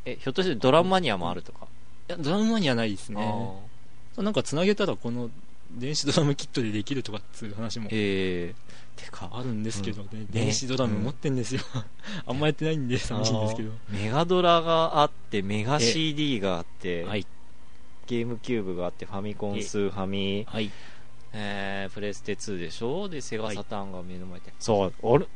[SPEAKER 2] え、ひょっとしてドラムマニアもあるとか。
[SPEAKER 1] いやドラムマニアないですね
[SPEAKER 2] あー
[SPEAKER 1] なんかつなげたらこの電子ドラムキットでできるとかっていう話も
[SPEAKER 2] えー、てか、
[SPEAKER 1] あるんですけどね、
[SPEAKER 2] ん
[SPEAKER 1] 電子ドラム持ってんですよ、 あんまやってないんで寂しいんですけど
[SPEAKER 2] メガドラがあって、メガ CD があって、
[SPEAKER 1] はい
[SPEAKER 2] ゲームキューブがあって、ファミコン、
[SPEAKER 1] え
[SPEAKER 2] スーファミ、
[SPEAKER 1] はい
[SPEAKER 2] えー、プレステ2でしょで、セガ
[SPEAKER 1] はい
[SPEAKER 2] サターンが目の前で。そう、 俺、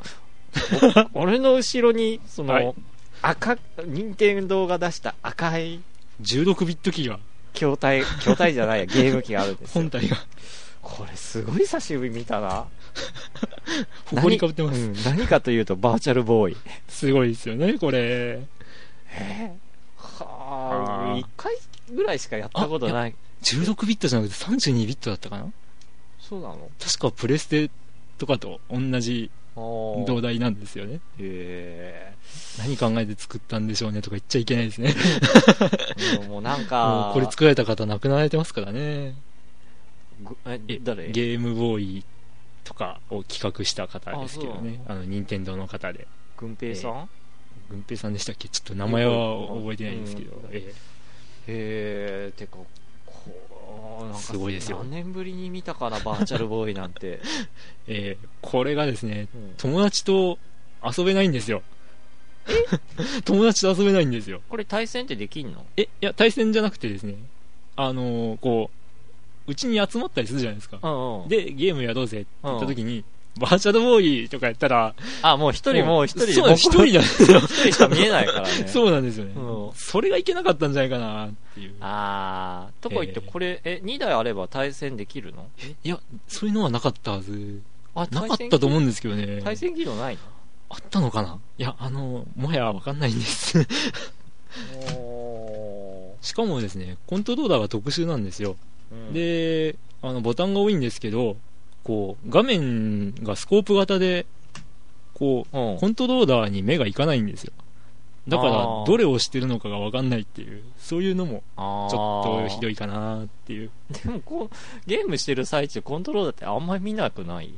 [SPEAKER 2] お俺の後ろに、その、
[SPEAKER 1] はい
[SPEAKER 2] 赤、任天堂が出した赤い
[SPEAKER 1] 16ビット機が
[SPEAKER 2] 筐体、筐体じゃない や、ゲーム機があるんですよ
[SPEAKER 1] 本。体が
[SPEAKER 2] これすごい久しぶり見たな。
[SPEAKER 1] 埃かぶってます、
[SPEAKER 2] うん何かというと、バーチャルボ ーイ。
[SPEAKER 1] すごいですよねこれあ
[SPEAKER 2] は
[SPEAKER 1] ー
[SPEAKER 2] あ、一回ぐらいしかやったことない。
[SPEAKER 1] 16ビットじゃなくて32ビットだったかな
[SPEAKER 2] そうなの
[SPEAKER 1] 確かプレステとかと同じ
[SPEAKER 2] あ
[SPEAKER 1] 同台なんですよね
[SPEAKER 2] へ
[SPEAKER 1] 何考えて作ったんでしょうねとか言っちゃいけないですね
[SPEAKER 2] え。もうなん
[SPEAKER 1] も
[SPEAKER 2] か
[SPEAKER 1] う、これ作られた方亡くなられてますからね
[SPEAKER 2] ぐえ
[SPEAKER 1] え
[SPEAKER 2] 誰
[SPEAKER 1] ゲームボーイとかを企画した方ですけどね
[SPEAKER 2] あ
[SPEAKER 1] あの任天堂の方で
[SPEAKER 2] 軍平さん、
[SPEAKER 1] 軍平さんでしたっけちょっと名前は覚えてないんですけど、
[SPEAKER 2] うん
[SPEAKER 1] え
[SPEAKER 2] へえ、てか、こう、なんか
[SPEAKER 1] すごいですよ
[SPEAKER 2] 何年ぶりに見たから、バーチャルボーイな んて。
[SPEAKER 1] えええこれがですね
[SPEAKER 2] うん
[SPEAKER 1] 友達と遊べないんですよ 友達と遊べないんですよ
[SPEAKER 2] これ対戦ってできんの
[SPEAKER 1] えいや対戦じゃなくてですねあのーこううちに集まったりするじゃないですか
[SPEAKER 2] うんうん。
[SPEAKER 1] でゲームやろうぜって言った時に、バーチャルボーイとかやったら、
[SPEAKER 2] あ、もう一人、もう一人、
[SPEAKER 1] そう
[SPEAKER 2] も
[SPEAKER 1] な
[SPEAKER 2] うん
[SPEAKER 1] です一人なんですよ。
[SPEAKER 2] 一人しか見えないからね。う。
[SPEAKER 1] そうなんですよね、
[SPEAKER 2] うん
[SPEAKER 1] それがいけなかったんじゃないかなっていう。
[SPEAKER 2] あー、とか言って、
[SPEAKER 1] えー
[SPEAKER 2] これ、え、2台あれば対戦できるの
[SPEAKER 1] いや、そういうのはなかったはず。
[SPEAKER 2] あ、
[SPEAKER 1] なかったと思
[SPEAKER 2] う。
[SPEAKER 1] うんですけどね。
[SPEAKER 2] 対戦機能ないの
[SPEAKER 1] あったのかないや、あの、もはやわかんないん です。
[SPEAKER 2] お
[SPEAKER 1] しかもですね、コントローラーが特殊なんですよ。
[SPEAKER 2] ー、
[SPEAKER 1] で、あの、ボタンが多いんですけど、こう、画面がスコープ型で、こ
[SPEAKER 2] うん、
[SPEAKER 1] う、コントローラーに目がいかないんですよ。だか
[SPEAKER 2] あ
[SPEAKER 1] ら
[SPEAKER 2] ー
[SPEAKER 1] どれをしてるのかが分かんないっていうそういうのも
[SPEAKER 2] ち
[SPEAKER 1] ちょっとひど
[SPEAKER 2] い。
[SPEAKER 1] いかなっていうい
[SPEAKER 2] でもこう、ゲームしてる最中、コントローラーってあんまり見なくない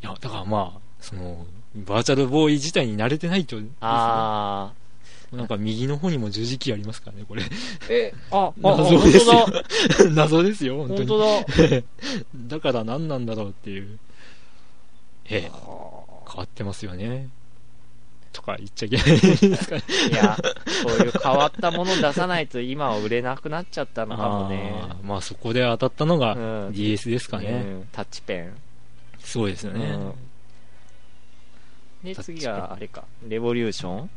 [SPEAKER 1] やだからまあそのバーチャルボーイ自体に慣れてないと
[SPEAKER 2] あ
[SPEAKER 1] なんか右の方にも十字キーありますからねこれ
[SPEAKER 2] ー。え、あ、あ、
[SPEAKER 1] 謎
[SPEAKER 2] 本
[SPEAKER 1] ですよ
[SPEAKER 2] 当だ。
[SPEAKER 1] 謎ですよ本当
[SPEAKER 2] 本
[SPEAKER 1] に
[SPEAKER 2] 当だ。
[SPEAKER 1] だから何なんだろうっていうええ変わってますよねとか言っちゃいけないですかね
[SPEAKER 2] いや、そういう変わったもの出さないと今は売れなくなっちゃったのかもね。
[SPEAKER 1] あーまあそこで当たったの
[SPEAKER 2] う
[SPEAKER 1] が
[SPEAKER 2] ん
[SPEAKER 1] DS ですかね、
[SPEAKER 2] うんタッチペン。
[SPEAKER 1] すごいですよね、
[SPEAKER 2] うんで、
[SPEAKER 1] タッチペン
[SPEAKER 2] 次はあれか、レボリューション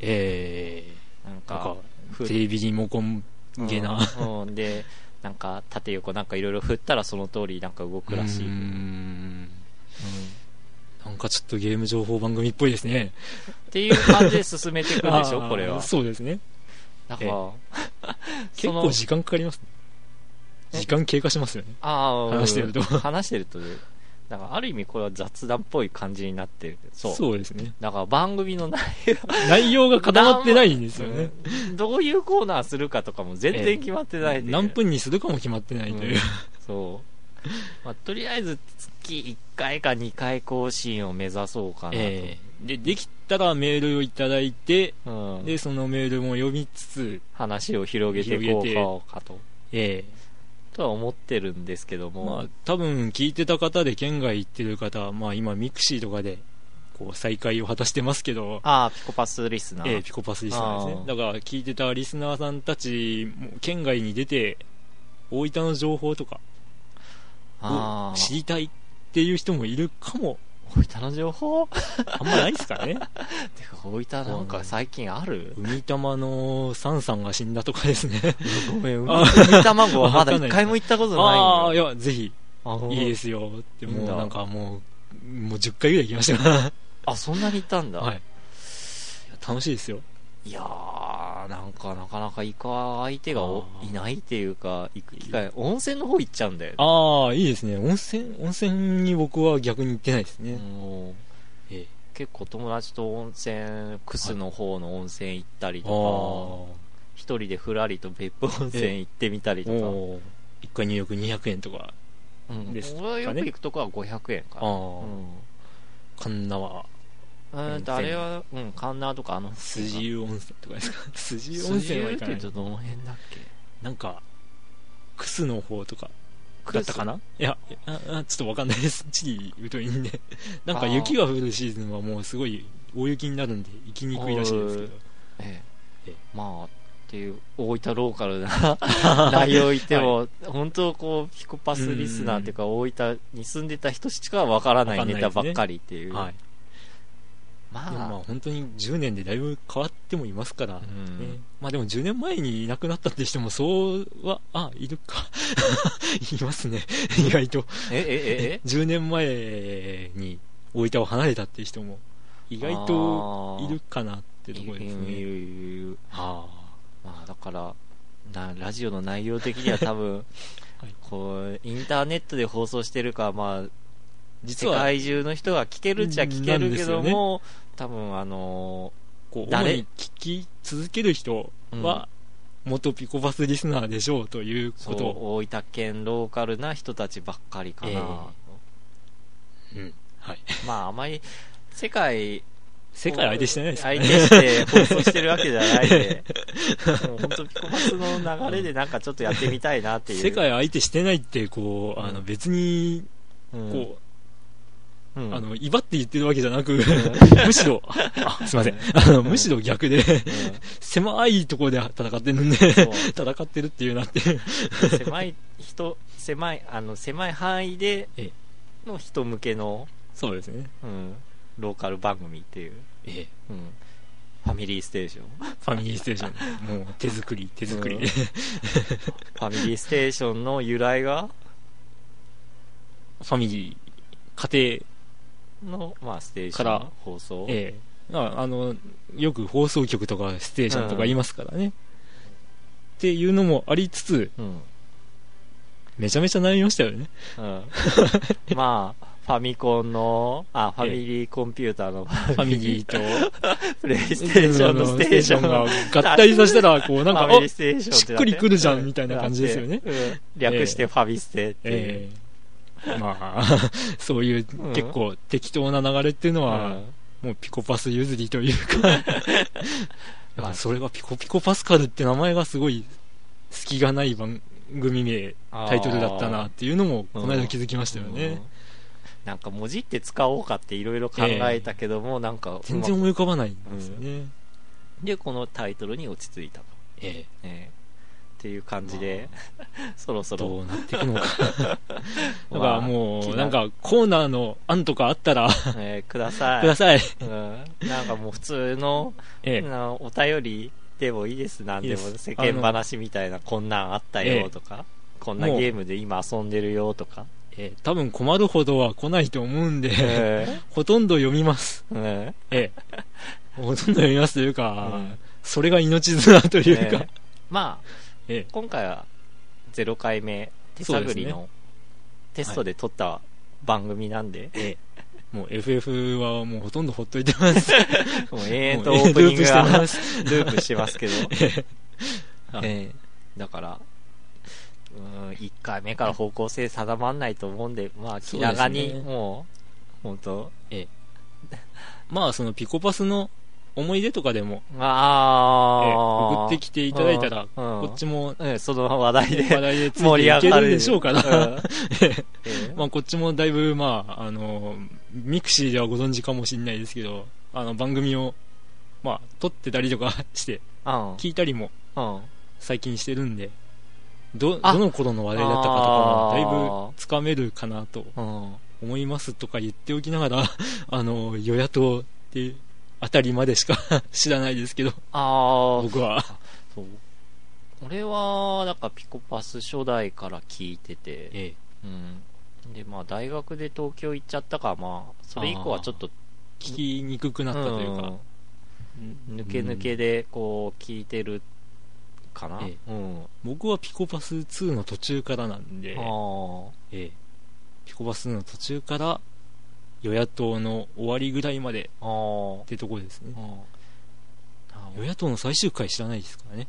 [SPEAKER 1] え
[SPEAKER 2] な
[SPEAKER 1] ー、
[SPEAKER 2] ん
[SPEAKER 1] なんか
[SPEAKER 2] か、ふ
[SPEAKER 1] テレビリモコンげな、
[SPEAKER 2] うんうんで、なんか縦横なんかいろいろ振ったらその通りなんか動くらしい。
[SPEAKER 1] うー
[SPEAKER 2] うん
[SPEAKER 1] んなんかちょっとゲーム情報番組っぽいですね
[SPEAKER 2] っていう感じで進めていくんでし ょ、
[SPEAKER 1] あー
[SPEAKER 2] これは。
[SPEAKER 1] そうですね
[SPEAKER 2] だか
[SPEAKER 1] ええ
[SPEAKER 2] ら、
[SPEAKER 1] 結
[SPEAKER 2] その
[SPEAKER 1] 構時間かかりますね
[SPEAKER 2] え
[SPEAKER 1] 時間経過しますよね
[SPEAKER 2] あーうん
[SPEAKER 1] 話してると
[SPEAKER 2] 話してると、だからある意味これは雑談っぽい感じになってる。そう。
[SPEAKER 1] ですね
[SPEAKER 2] だから番組の内
[SPEAKER 1] 内容が固まってないんですよね
[SPEAKER 2] うんどういうコーナーするかとかも全然決まってないで、
[SPEAKER 1] 何分にするかも決まってないという、
[SPEAKER 2] そう、まあ、とりあえず月1回か2回更新を目指そうかな と、
[SPEAKER 1] ええでできたらメールをいただいて
[SPEAKER 2] うん、
[SPEAKER 1] でそのメールも読みつつ、
[SPEAKER 2] 話を広げていこうかと
[SPEAKER 1] え
[SPEAKER 2] とは思ってるんですけど
[SPEAKER 1] え
[SPEAKER 2] も、
[SPEAKER 1] まあ、多分聞いてた方で県外行ってる方、まあ、今ミクシーとかでこう再会を果たしてますけど、
[SPEAKER 2] ああピコパスリスナー、
[SPEAKER 1] ええピコパスリスナーです
[SPEAKER 2] あ
[SPEAKER 1] ねだ
[SPEAKER 2] ー
[SPEAKER 1] から聞いてたリスナーさんたちも県外に出て大分の情報とか
[SPEAKER 2] あ
[SPEAKER 1] を
[SPEAKER 2] あ
[SPEAKER 1] 知りたいっていう人もいるかも
[SPEAKER 2] 大分の情報て
[SPEAKER 1] あんまないですから ね
[SPEAKER 2] か大分なんか最近ある
[SPEAKER 1] 海玉のサンさんが死んだとかですね
[SPEAKER 2] ごめん
[SPEAKER 1] あ
[SPEAKER 2] 海卵はまだ一回も行ったことない
[SPEAKER 1] ああ
[SPEAKER 2] ん
[SPEAKER 1] ーい
[SPEAKER 2] よ
[SPEAKER 1] やぜひ
[SPEAKER 2] あほん
[SPEAKER 1] いいですよっても
[SPEAKER 2] いういんだ
[SPEAKER 1] なんかもうもう10回ぐらい行きましたか
[SPEAKER 2] あそんなに行ったんだ、
[SPEAKER 1] ら、はい、いや楽しいですよ
[SPEAKER 2] いやー、なんかなかなか行く相手がお
[SPEAKER 1] あー
[SPEAKER 2] いないっていうか、行く機会、温泉の方行っちゃうんだよね。
[SPEAKER 1] ああいいですね温泉温泉に僕は逆に行ってないですね、
[SPEAKER 2] もう
[SPEAKER 1] ええ
[SPEAKER 2] 結構友達と温泉、楠の方の温泉行ったり
[SPEAKER 1] あ
[SPEAKER 2] と
[SPEAKER 1] あ
[SPEAKER 2] か、一人でふらりと別府温泉行ってみたりとか、
[SPEAKER 1] 1回入浴200円とか
[SPEAKER 2] うん
[SPEAKER 1] ですかね
[SPEAKER 2] 俺はよく行くとこは500円か
[SPEAKER 1] あ
[SPEAKER 2] な。
[SPEAKER 1] あ、神奈川
[SPEAKER 2] うん、えーとあれは、うん、カンナとかあの、
[SPEAKER 1] 筋湯温泉とか ですか筋湯温
[SPEAKER 2] 筋
[SPEAKER 1] 泉は
[SPEAKER 2] 湯
[SPEAKER 1] 行
[SPEAKER 2] っ
[SPEAKER 1] か
[SPEAKER 2] て
[SPEAKER 1] な
[SPEAKER 2] 言う
[SPEAKER 1] い
[SPEAKER 2] とどの辺だっけ
[SPEAKER 1] なんか楠の方とかだったかないやああちょっとわかんないです 地理疎いんで なんか雪が降るシーズンはもうすごい大雪になるんで行きにくいらしいですけど
[SPEAKER 2] え
[SPEAKER 1] ええ
[SPEAKER 2] え、まあっていう大分ローカ ルな内容言っても、本当こうピコパスリスナーっていうか大分に住んでた人しかわからない
[SPEAKER 1] わかんない
[SPEAKER 2] ネタ
[SPEAKER 1] です
[SPEAKER 2] ば
[SPEAKER 1] ね
[SPEAKER 2] っかりっていう、
[SPEAKER 1] はい
[SPEAKER 2] ま
[SPEAKER 1] でもまあ
[SPEAKER 2] あ、
[SPEAKER 1] 本当に10年でだいぶ変わってもいますから、ね
[SPEAKER 2] うん
[SPEAKER 1] まあでも10年前にいなくなったって人もそうはあいるか いますね意外と
[SPEAKER 2] え えええ
[SPEAKER 1] 10年前に大分を離れたって人も意
[SPEAKER 2] 意
[SPEAKER 1] 外といるかなってところです
[SPEAKER 2] いるい
[SPEAKER 1] ね
[SPEAKER 2] るいるいる
[SPEAKER 1] あ
[SPEAKER 2] まあだからなラジオの内容的には多分、
[SPEAKER 1] はい
[SPEAKER 2] こうインターネットで放送してるかまあ
[SPEAKER 1] 実
[SPEAKER 2] 世
[SPEAKER 1] は
[SPEAKER 2] 界中の人が聞けるっちゃ聞け
[SPEAKER 1] なん
[SPEAKER 2] る
[SPEAKER 1] で
[SPEAKER 2] け
[SPEAKER 1] す
[SPEAKER 2] ど
[SPEAKER 1] よね
[SPEAKER 2] も、多分あの
[SPEAKER 1] こう主
[SPEAKER 2] 誰
[SPEAKER 1] に聞き続ける人は元ピコバスリスナーでしょうという
[SPEAKER 2] そ
[SPEAKER 1] こ
[SPEAKER 2] う
[SPEAKER 1] とを、
[SPEAKER 2] 大分県ローカルな人たちばっかりかな、
[SPEAKER 1] えうんはい、
[SPEAKER 2] まああまり世界
[SPEAKER 1] 世界相手してないですか
[SPEAKER 2] 相手して放送してるわけじゃな いでもう本当ピコパスの流れでなんかちょっとやってみたいなっていう
[SPEAKER 1] 世界相手してないってこうあの
[SPEAKER 2] うん
[SPEAKER 1] 別に
[SPEAKER 2] うん
[SPEAKER 1] こ
[SPEAKER 2] う
[SPEAKER 1] う、
[SPEAKER 2] ん
[SPEAKER 1] あの威張って言ってるわけじゃなく、むし ろああすいませ
[SPEAKER 2] うん
[SPEAKER 1] んあのむしろ逆で
[SPEAKER 2] うん
[SPEAKER 1] 狭いところで戦ってるんで
[SPEAKER 2] そう
[SPEAKER 1] 戦ってるっていうなって
[SPEAKER 2] 狭い人狭いあの狭い範囲で
[SPEAKER 1] え
[SPEAKER 2] の人向けの、
[SPEAKER 1] そうですね
[SPEAKER 2] うん、ローカル番組っていう、
[SPEAKER 1] ええ
[SPEAKER 2] うん、ファミリーステー ション
[SPEAKER 1] ファミリーステーションもう手作り手作りで、フ
[SPEAKER 2] ファミリーステーションの由来が
[SPEAKER 1] ァミリー家庭
[SPEAKER 2] の、まあ、ステーシ
[SPEAKER 1] か
[SPEAKER 2] ョン
[SPEAKER 1] ら
[SPEAKER 2] 放送、
[SPEAKER 1] ええまあ、あのよく放送局とかステーションとか言いますからね、っていうのもありつつ
[SPEAKER 2] うん
[SPEAKER 1] めちゃめちゃ悩みましたよね
[SPEAKER 2] うん、まあフファミコンの、あ、ファミリーコンピューターの
[SPEAKER 1] ファミリー と、
[SPEAKER 2] プレイステーションのステーションが、
[SPEAKER 1] が合体さ せたら、こう、なんか、
[SPEAKER 2] ファミ
[SPEAKER 1] あ
[SPEAKER 2] リーステーション
[SPEAKER 1] し
[SPEAKER 2] て
[SPEAKER 1] っ
[SPEAKER 2] な
[SPEAKER 1] く
[SPEAKER 2] て
[SPEAKER 1] りくるじゃんみたいな感じですよね。
[SPEAKER 2] うん略してファビステっていう。
[SPEAKER 1] ええまあ、 そういう
[SPEAKER 2] うん
[SPEAKER 1] 結構適当な流れっていうのは、もうピコパス譲りという か、まあ、それがピコピコパスカルって名前がすごい隙がない番組名、タイトルだったなっていうのも、この間気づきましたよね。
[SPEAKER 2] なんか文字って使おうかっていろいろ考えたけども、なんかうまく
[SPEAKER 1] 全然思い浮かばないんですよね。
[SPEAKER 2] でこのタイトルに落ち着いたと、
[SPEAKER 1] ええ
[SPEAKER 2] ええっていう感じで、 そろそ
[SPEAKER 1] ど
[SPEAKER 2] ろ
[SPEAKER 1] うなっていくのか。だか
[SPEAKER 2] ま
[SPEAKER 1] ら
[SPEAKER 2] あ気
[SPEAKER 1] もう、
[SPEAKER 2] に
[SPEAKER 1] な
[SPEAKER 2] なんる
[SPEAKER 1] かコーナーの案とかあったら、
[SPEAKER 2] ええください
[SPEAKER 1] ください。
[SPEAKER 2] うん、なんかもう普通の、
[SPEAKER 1] ええ。
[SPEAKER 2] なお便りでもいいですなんでも
[SPEAKER 1] いいです
[SPEAKER 2] 世間話みたいなこんなんあったよとか、こんな
[SPEAKER 1] もう
[SPEAKER 2] ゲームで今遊んでるよとか、
[SPEAKER 1] ええ多分困るほどは来ないと思うんで、
[SPEAKER 2] え
[SPEAKER 1] ほとんど読みます。
[SPEAKER 2] えうん
[SPEAKER 1] え え。ほとんど読みますというか、
[SPEAKER 2] うん
[SPEAKER 1] それが命綱というか、
[SPEAKER 2] ええまあ
[SPEAKER 1] ええ
[SPEAKER 2] 今回は0回目手
[SPEAKER 1] そうで
[SPEAKER 2] 探り
[SPEAKER 1] す
[SPEAKER 2] のテストで撮った番組なんで、
[SPEAKER 1] もう FF はもうほとんどほっといて ます。
[SPEAKER 2] もう永遠と
[SPEAKER 1] も
[SPEAKER 2] オ
[SPEAKER 1] う
[SPEAKER 2] ープニングが
[SPEAKER 1] ループ
[SPEAKER 2] ループしてますけど、
[SPEAKER 1] はい
[SPEAKER 2] ええだから、うん、1回目から方向性定まんないと思うんで、まあ、気長
[SPEAKER 1] そうで
[SPEAKER 2] に、
[SPEAKER 1] すね
[SPEAKER 2] もう、本当
[SPEAKER 1] まあ、そのピコパスの思い出とかでも、ええ
[SPEAKER 2] ああ、
[SPEAKER 1] 送ってきていただいたら、
[SPEAKER 2] うん
[SPEAKER 1] こっちも
[SPEAKER 2] うんその話題
[SPEAKER 1] 話
[SPEAKER 2] で
[SPEAKER 1] 題でつい
[SPEAKER 2] 盛
[SPEAKER 1] て
[SPEAKER 2] り
[SPEAKER 1] いけ
[SPEAKER 2] 上がる
[SPEAKER 1] るでしょうから、
[SPEAKER 2] んえ え
[SPEAKER 1] まあ、こっちもだいぶ、まあ、あの、ミクシーではご存知かもしれないですけど、あの、番組を、まあ、撮ってたりとかして、
[SPEAKER 2] うん
[SPEAKER 1] 聞いたりも
[SPEAKER 2] うん
[SPEAKER 1] 最近してるんで、ど、
[SPEAKER 2] あ
[SPEAKER 1] どの頃の話題だったかとかは、だいぶつかめるかなと
[SPEAKER 2] うん
[SPEAKER 1] 思いますとか言っておきながら、 あの、与野党ってあたりまでしか 知らないですけど、
[SPEAKER 2] ああ、
[SPEAKER 1] 僕は。
[SPEAKER 2] そう。俺は、なんかピコパス初代から聞いてて、
[SPEAKER 1] え
[SPEAKER 2] うん。で、まあ、大学で東京行っちゃったから、まあ、それ以降はちょっと、
[SPEAKER 1] 聞きにくくなったというか、
[SPEAKER 2] うん抜け抜けで、こう、聞いてるかな。
[SPEAKER 1] え
[SPEAKER 2] うん。あ
[SPEAKER 1] 僕はピコパス2の途中からなんで、
[SPEAKER 2] あ。
[SPEAKER 1] ええピコパスの途中から与野党の終わりぐらいまで
[SPEAKER 2] ああ
[SPEAKER 1] ってとこですね
[SPEAKER 2] うん。
[SPEAKER 1] 与野党の最終回知らないですからね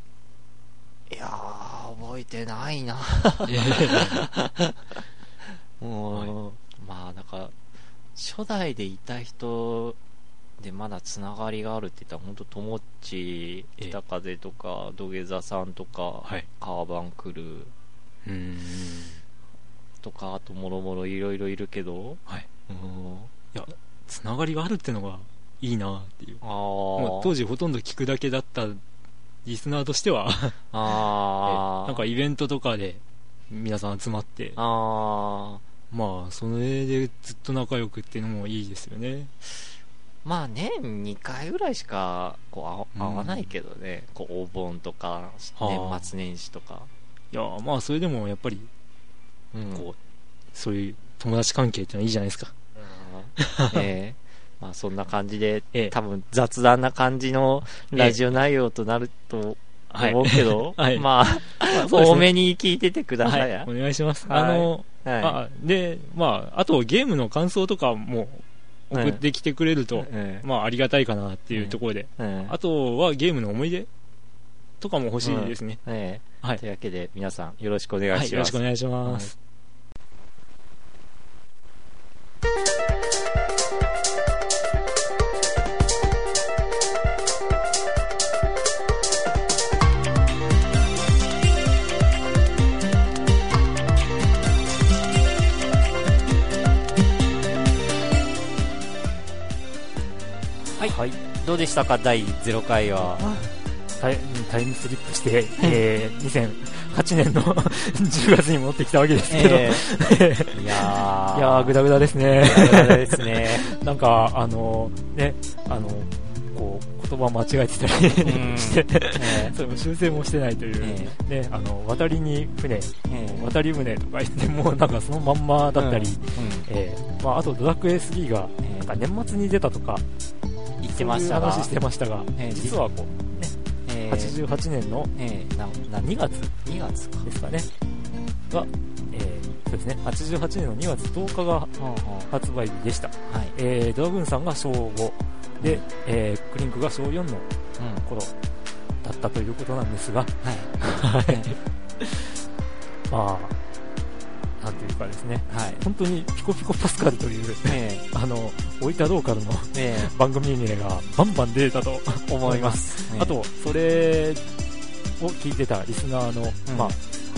[SPEAKER 2] いやー、覚えてないな。
[SPEAKER 1] え
[SPEAKER 2] うん。まあ、なんか、初代でいた人でまだつながりがあるって言ったら、本当ともっち、
[SPEAKER 1] ええ
[SPEAKER 2] 北風とか、土下座さんとか、
[SPEAKER 1] はい
[SPEAKER 2] カーバンクルー
[SPEAKER 1] えうん
[SPEAKER 2] とか、あともろもろいろいろいるけど、
[SPEAKER 1] はい
[SPEAKER 2] うん。
[SPEAKER 1] つながりがあるってのがいいなっていう
[SPEAKER 2] あ
[SPEAKER 1] もう
[SPEAKER 2] ー
[SPEAKER 1] 当時ほとんど聞くだけだったリスナーとしては
[SPEAKER 2] あ ー。
[SPEAKER 1] なんかイベントとかで皆さん集まって
[SPEAKER 2] あ
[SPEAKER 1] まあそれでずっと仲良くっていうのもいいですよね
[SPEAKER 2] ーまあ年2回ぐらいしかこう
[SPEAKER 1] う
[SPEAKER 2] 会
[SPEAKER 1] ん
[SPEAKER 2] わないけどね、こうお盆とか
[SPEAKER 1] あ
[SPEAKER 2] 年末年始とか、
[SPEAKER 1] いやまあそれでもやっぱり
[SPEAKER 2] うん
[SPEAKER 1] こうそういう友達関係ってのはいいじゃないですか
[SPEAKER 2] うん ええまあそんな感じで、
[SPEAKER 1] ええ
[SPEAKER 2] 多分雑談な感じのラジオ内容となると
[SPEAKER 1] はい
[SPEAKER 2] 思うけど、
[SPEAKER 1] はい
[SPEAKER 2] まあ、
[SPEAKER 1] そうですね
[SPEAKER 2] 多めに聞いててくださいや。
[SPEAKER 1] お願いします。
[SPEAKER 2] はい
[SPEAKER 1] あの、
[SPEAKER 2] はい
[SPEAKER 1] あで、まあ、あとゲームの感想とかも送ってきてくれると、
[SPEAKER 2] ええ
[SPEAKER 1] まあ、ありがたいかなっていうところで、
[SPEAKER 2] ええ
[SPEAKER 1] あとはゲームの思い出とかも欲しいですね。
[SPEAKER 2] ええ
[SPEAKER 1] はい
[SPEAKER 2] というわけで皆さんよろしくお願い
[SPEAKER 1] はい、
[SPEAKER 2] し
[SPEAKER 1] よろ
[SPEAKER 2] ま
[SPEAKER 1] し
[SPEAKER 2] す。
[SPEAKER 1] くお願いします。
[SPEAKER 2] はい、どうでしたか第0回は。
[SPEAKER 5] タイタイムスリップして、えー、2008年の 10月に戻ってきたわけですけど、
[SPEAKER 2] ええいやー
[SPEAKER 5] いやー、ぐだぐだですね。
[SPEAKER 2] ぐだぐだですね。
[SPEAKER 5] なんか、あのね、あのこう、言葉間違えてたりして、
[SPEAKER 2] え
[SPEAKER 5] それも修正もしてないという、
[SPEAKER 2] え
[SPEAKER 5] ね、あの、渡りに船、
[SPEAKER 2] ええ
[SPEAKER 5] 渡り船とか言って、もうなんかそのまんまだったり、
[SPEAKER 2] えうん
[SPEAKER 5] えーまあ、あとドラクエ3が、
[SPEAKER 2] ええ
[SPEAKER 5] なんか年末に出たとか、
[SPEAKER 2] 言ってまし
[SPEAKER 5] そう
[SPEAKER 2] た
[SPEAKER 5] いう
[SPEAKER 2] が
[SPEAKER 5] 話してましたが、
[SPEAKER 2] ええ
[SPEAKER 5] 実はこう、
[SPEAKER 2] ええ
[SPEAKER 5] 88年の
[SPEAKER 2] ええなな
[SPEAKER 5] 2月
[SPEAKER 2] 2月か
[SPEAKER 5] ですかね、が、えー
[SPEAKER 1] そうですね、88年の2月10日が
[SPEAKER 2] うんうんは
[SPEAKER 1] 発売日でした。
[SPEAKER 2] い。
[SPEAKER 1] えー、ドラグーンさんが小5で、えークリンクが小4の
[SPEAKER 2] うん。
[SPEAKER 1] 頃だったということなんですが、
[SPEAKER 2] はい。
[SPEAKER 1] はい。まあ、なんていうかですね、
[SPEAKER 2] はい。
[SPEAKER 1] 本当にピコピコパスカルという、
[SPEAKER 2] え
[SPEAKER 1] あの、大分ローカルの
[SPEAKER 2] え、え
[SPEAKER 1] 番組名がバンバン出たと
[SPEAKER 2] え、
[SPEAKER 1] 思
[SPEAKER 2] 思
[SPEAKER 1] い
[SPEAKER 2] いま。
[SPEAKER 1] ますあと、それを聞いてたリスナーの、
[SPEAKER 2] ん
[SPEAKER 1] まあ、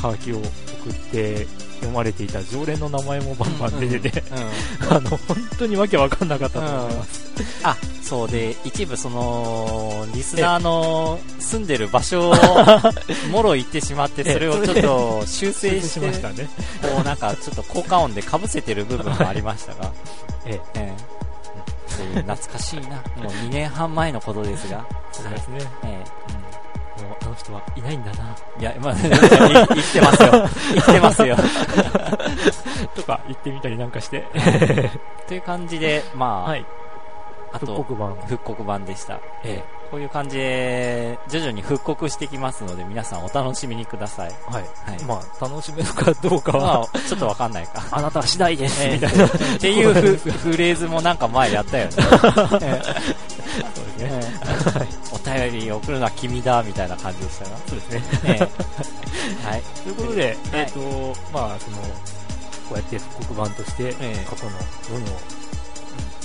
[SPEAKER 1] ハガキを送って読まれていた常連の名前もバンバン出てて、
[SPEAKER 2] うん、うん
[SPEAKER 1] あの、本当にわけわかんなかったと思います。
[SPEAKER 2] あ、そうで、一部その、リスナーの住んでる場所を、もろ行ってしまって、
[SPEAKER 1] ええ
[SPEAKER 2] それをちょっと修
[SPEAKER 1] 失
[SPEAKER 2] 正
[SPEAKER 1] 礼
[SPEAKER 2] し
[SPEAKER 1] してま、したね。
[SPEAKER 2] こうなんかちょっと効果音で被せてる部分もありましたが、
[SPEAKER 1] ええ
[SPEAKER 2] ええそういう懐かしいな、もう2年半前のことですが、
[SPEAKER 1] そうですね。
[SPEAKER 2] え
[SPEAKER 1] もう、あの人はいないんだな、
[SPEAKER 2] え、いや、まあ、生きてますよ、生きてますよ。
[SPEAKER 1] とか言ってみたりなんかして、
[SPEAKER 2] という感じで、まあ、
[SPEAKER 1] はい。
[SPEAKER 2] あ
[SPEAKER 1] 復
[SPEAKER 2] と
[SPEAKER 1] 刻版。
[SPEAKER 2] 復刻版でした。
[SPEAKER 1] ええ
[SPEAKER 2] こういう感じで、徐々に復刻してきますので、皆さんお楽しみにください。
[SPEAKER 1] はい。
[SPEAKER 2] はい。
[SPEAKER 1] まあ、楽しめるかどうかは、
[SPEAKER 2] まあ、ちょっとわかんないか。
[SPEAKER 1] あなた次第で
[SPEAKER 2] ええ
[SPEAKER 1] みたいな。
[SPEAKER 2] っていうフフレーズもなんか前やったよね。
[SPEAKER 1] そうですね。
[SPEAKER 2] お便り送るのは君だ、みたいな感じでしたが。
[SPEAKER 1] そうですね。
[SPEAKER 2] ね はい。
[SPEAKER 1] ということで、
[SPEAKER 2] はい
[SPEAKER 1] えっ、と、まあ、その、こうやって復刻版として、
[SPEAKER 2] ええ
[SPEAKER 1] 過去の分を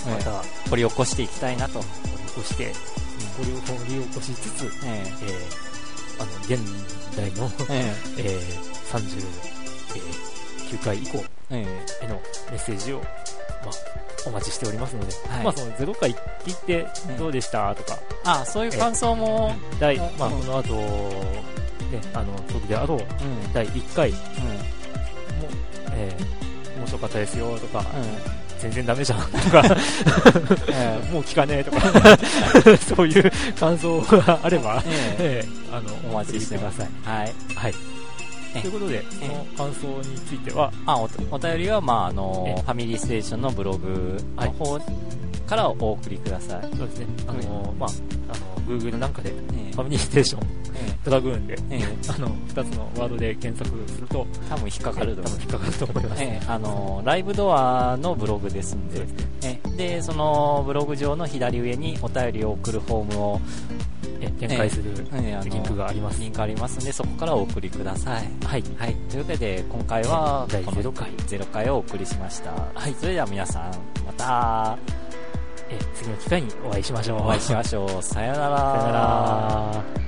[SPEAKER 1] ま
[SPEAKER 2] また
[SPEAKER 1] た
[SPEAKER 2] 掘り起こしていきたいなと。
[SPEAKER 1] 掘り起こして、これを掘り起こしつつ、
[SPEAKER 2] え
[SPEAKER 1] えーあの、現代の、
[SPEAKER 2] え
[SPEAKER 1] え
[SPEAKER 2] え
[SPEAKER 1] ー、39回以降
[SPEAKER 2] ええ
[SPEAKER 1] へのメッセージを、まあ、お待ちしておりますので、
[SPEAKER 2] はい
[SPEAKER 1] まあ、その0回聞いて
[SPEAKER 2] え
[SPEAKER 1] どうでしたとか、
[SPEAKER 2] えあ、そういう感想も、
[SPEAKER 1] 第、
[SPEAKER 2] うん
[SPEAKER 1] まあ、
[SPEAKER 2] う
[SPEAKER 1] こ
[SPEAKER 2] ん
[SPEAKER 1] の後、ね、あの、時であろう、
[SPEAKER 2] うん、うん、
[SPEAKER 1] 第1回も、えー面白かったですよとか、全然ダメじゃんと か、
[SPEAKER 2] え
[SPEAKER 1] もう聞かねえとか、 そういう感想があれば、え
[SPEAKER 2] え
[SPEAKER 1] えあの、
[SPEAKER 2] お待ちして
[SPEAKER 1] お送りく
[SPEAKER 2] ま
[SPEAKER 1] だ
[SPEAKER 2] す
[SPEAKER 1] さい。。
[SPEAKER 2] はい。
[SPEAKER 1] はい。
[SPEAKER 2] ええ
[SPEAKER 1] ということで、その感想については、
[SPEAKER 2] あ、おお便りは、まあ、あの
[SPEAKER 1] ええ、
[SPEAKER 2] ファミリーステーションのブログの方からお送りください。
[SPEAKER 1] そうですね、あの、まあ、あの、Google なんかで、フ
[SPEAKER 2] ええ
[SPEAKER 1] ァミリーステーシ ョン、
[SPEAKER 2] え
[SPEAKER 1] ドラグーンで、
[SPEAKER 2] えええ
[SPEAKER 1] あの、2つのワードで検索すると、
[SPEAKER 2] 多分引っかか
[SPEAKER 1] 多
[SPEAKER 2] る
[SPEAKER 1] 分
[SPEAKER 2] と思う。
[SPEAKER 1] 引っかかると思います。
[SPEAKER 2] ええあの、ライブドアのブログですん
[SPEAKER 1] そう
[SPEAKER 2] で
[SPEAKER 1] で、すね。
[SPEAKER 2] ええで、そのブログ上の左上にお便りを送るフォームを、
[SPEAKER 1] ええ展開する
[SPEAKER 2] ええあの
[SPEAKER 1] リンクがあります。
[SPEAKER 2] リンクありますんで、そこからお送りください。
[SPEAKER 1] はい。
[SPEAKER 2] はい、というわけで今回は
[SPEAKER 1] 第
[SPEAKER 2] この
[SPEAKER 1] 0回
[SPEAKER 2] 0回をお送りしました、はい、それでは皆さんまた
[SPEAKER 1] ええ次の機会にお会いしましょう。
[SPEAKER 2] お会いしましょうさよなら
[SPEAKER 1] さよなら。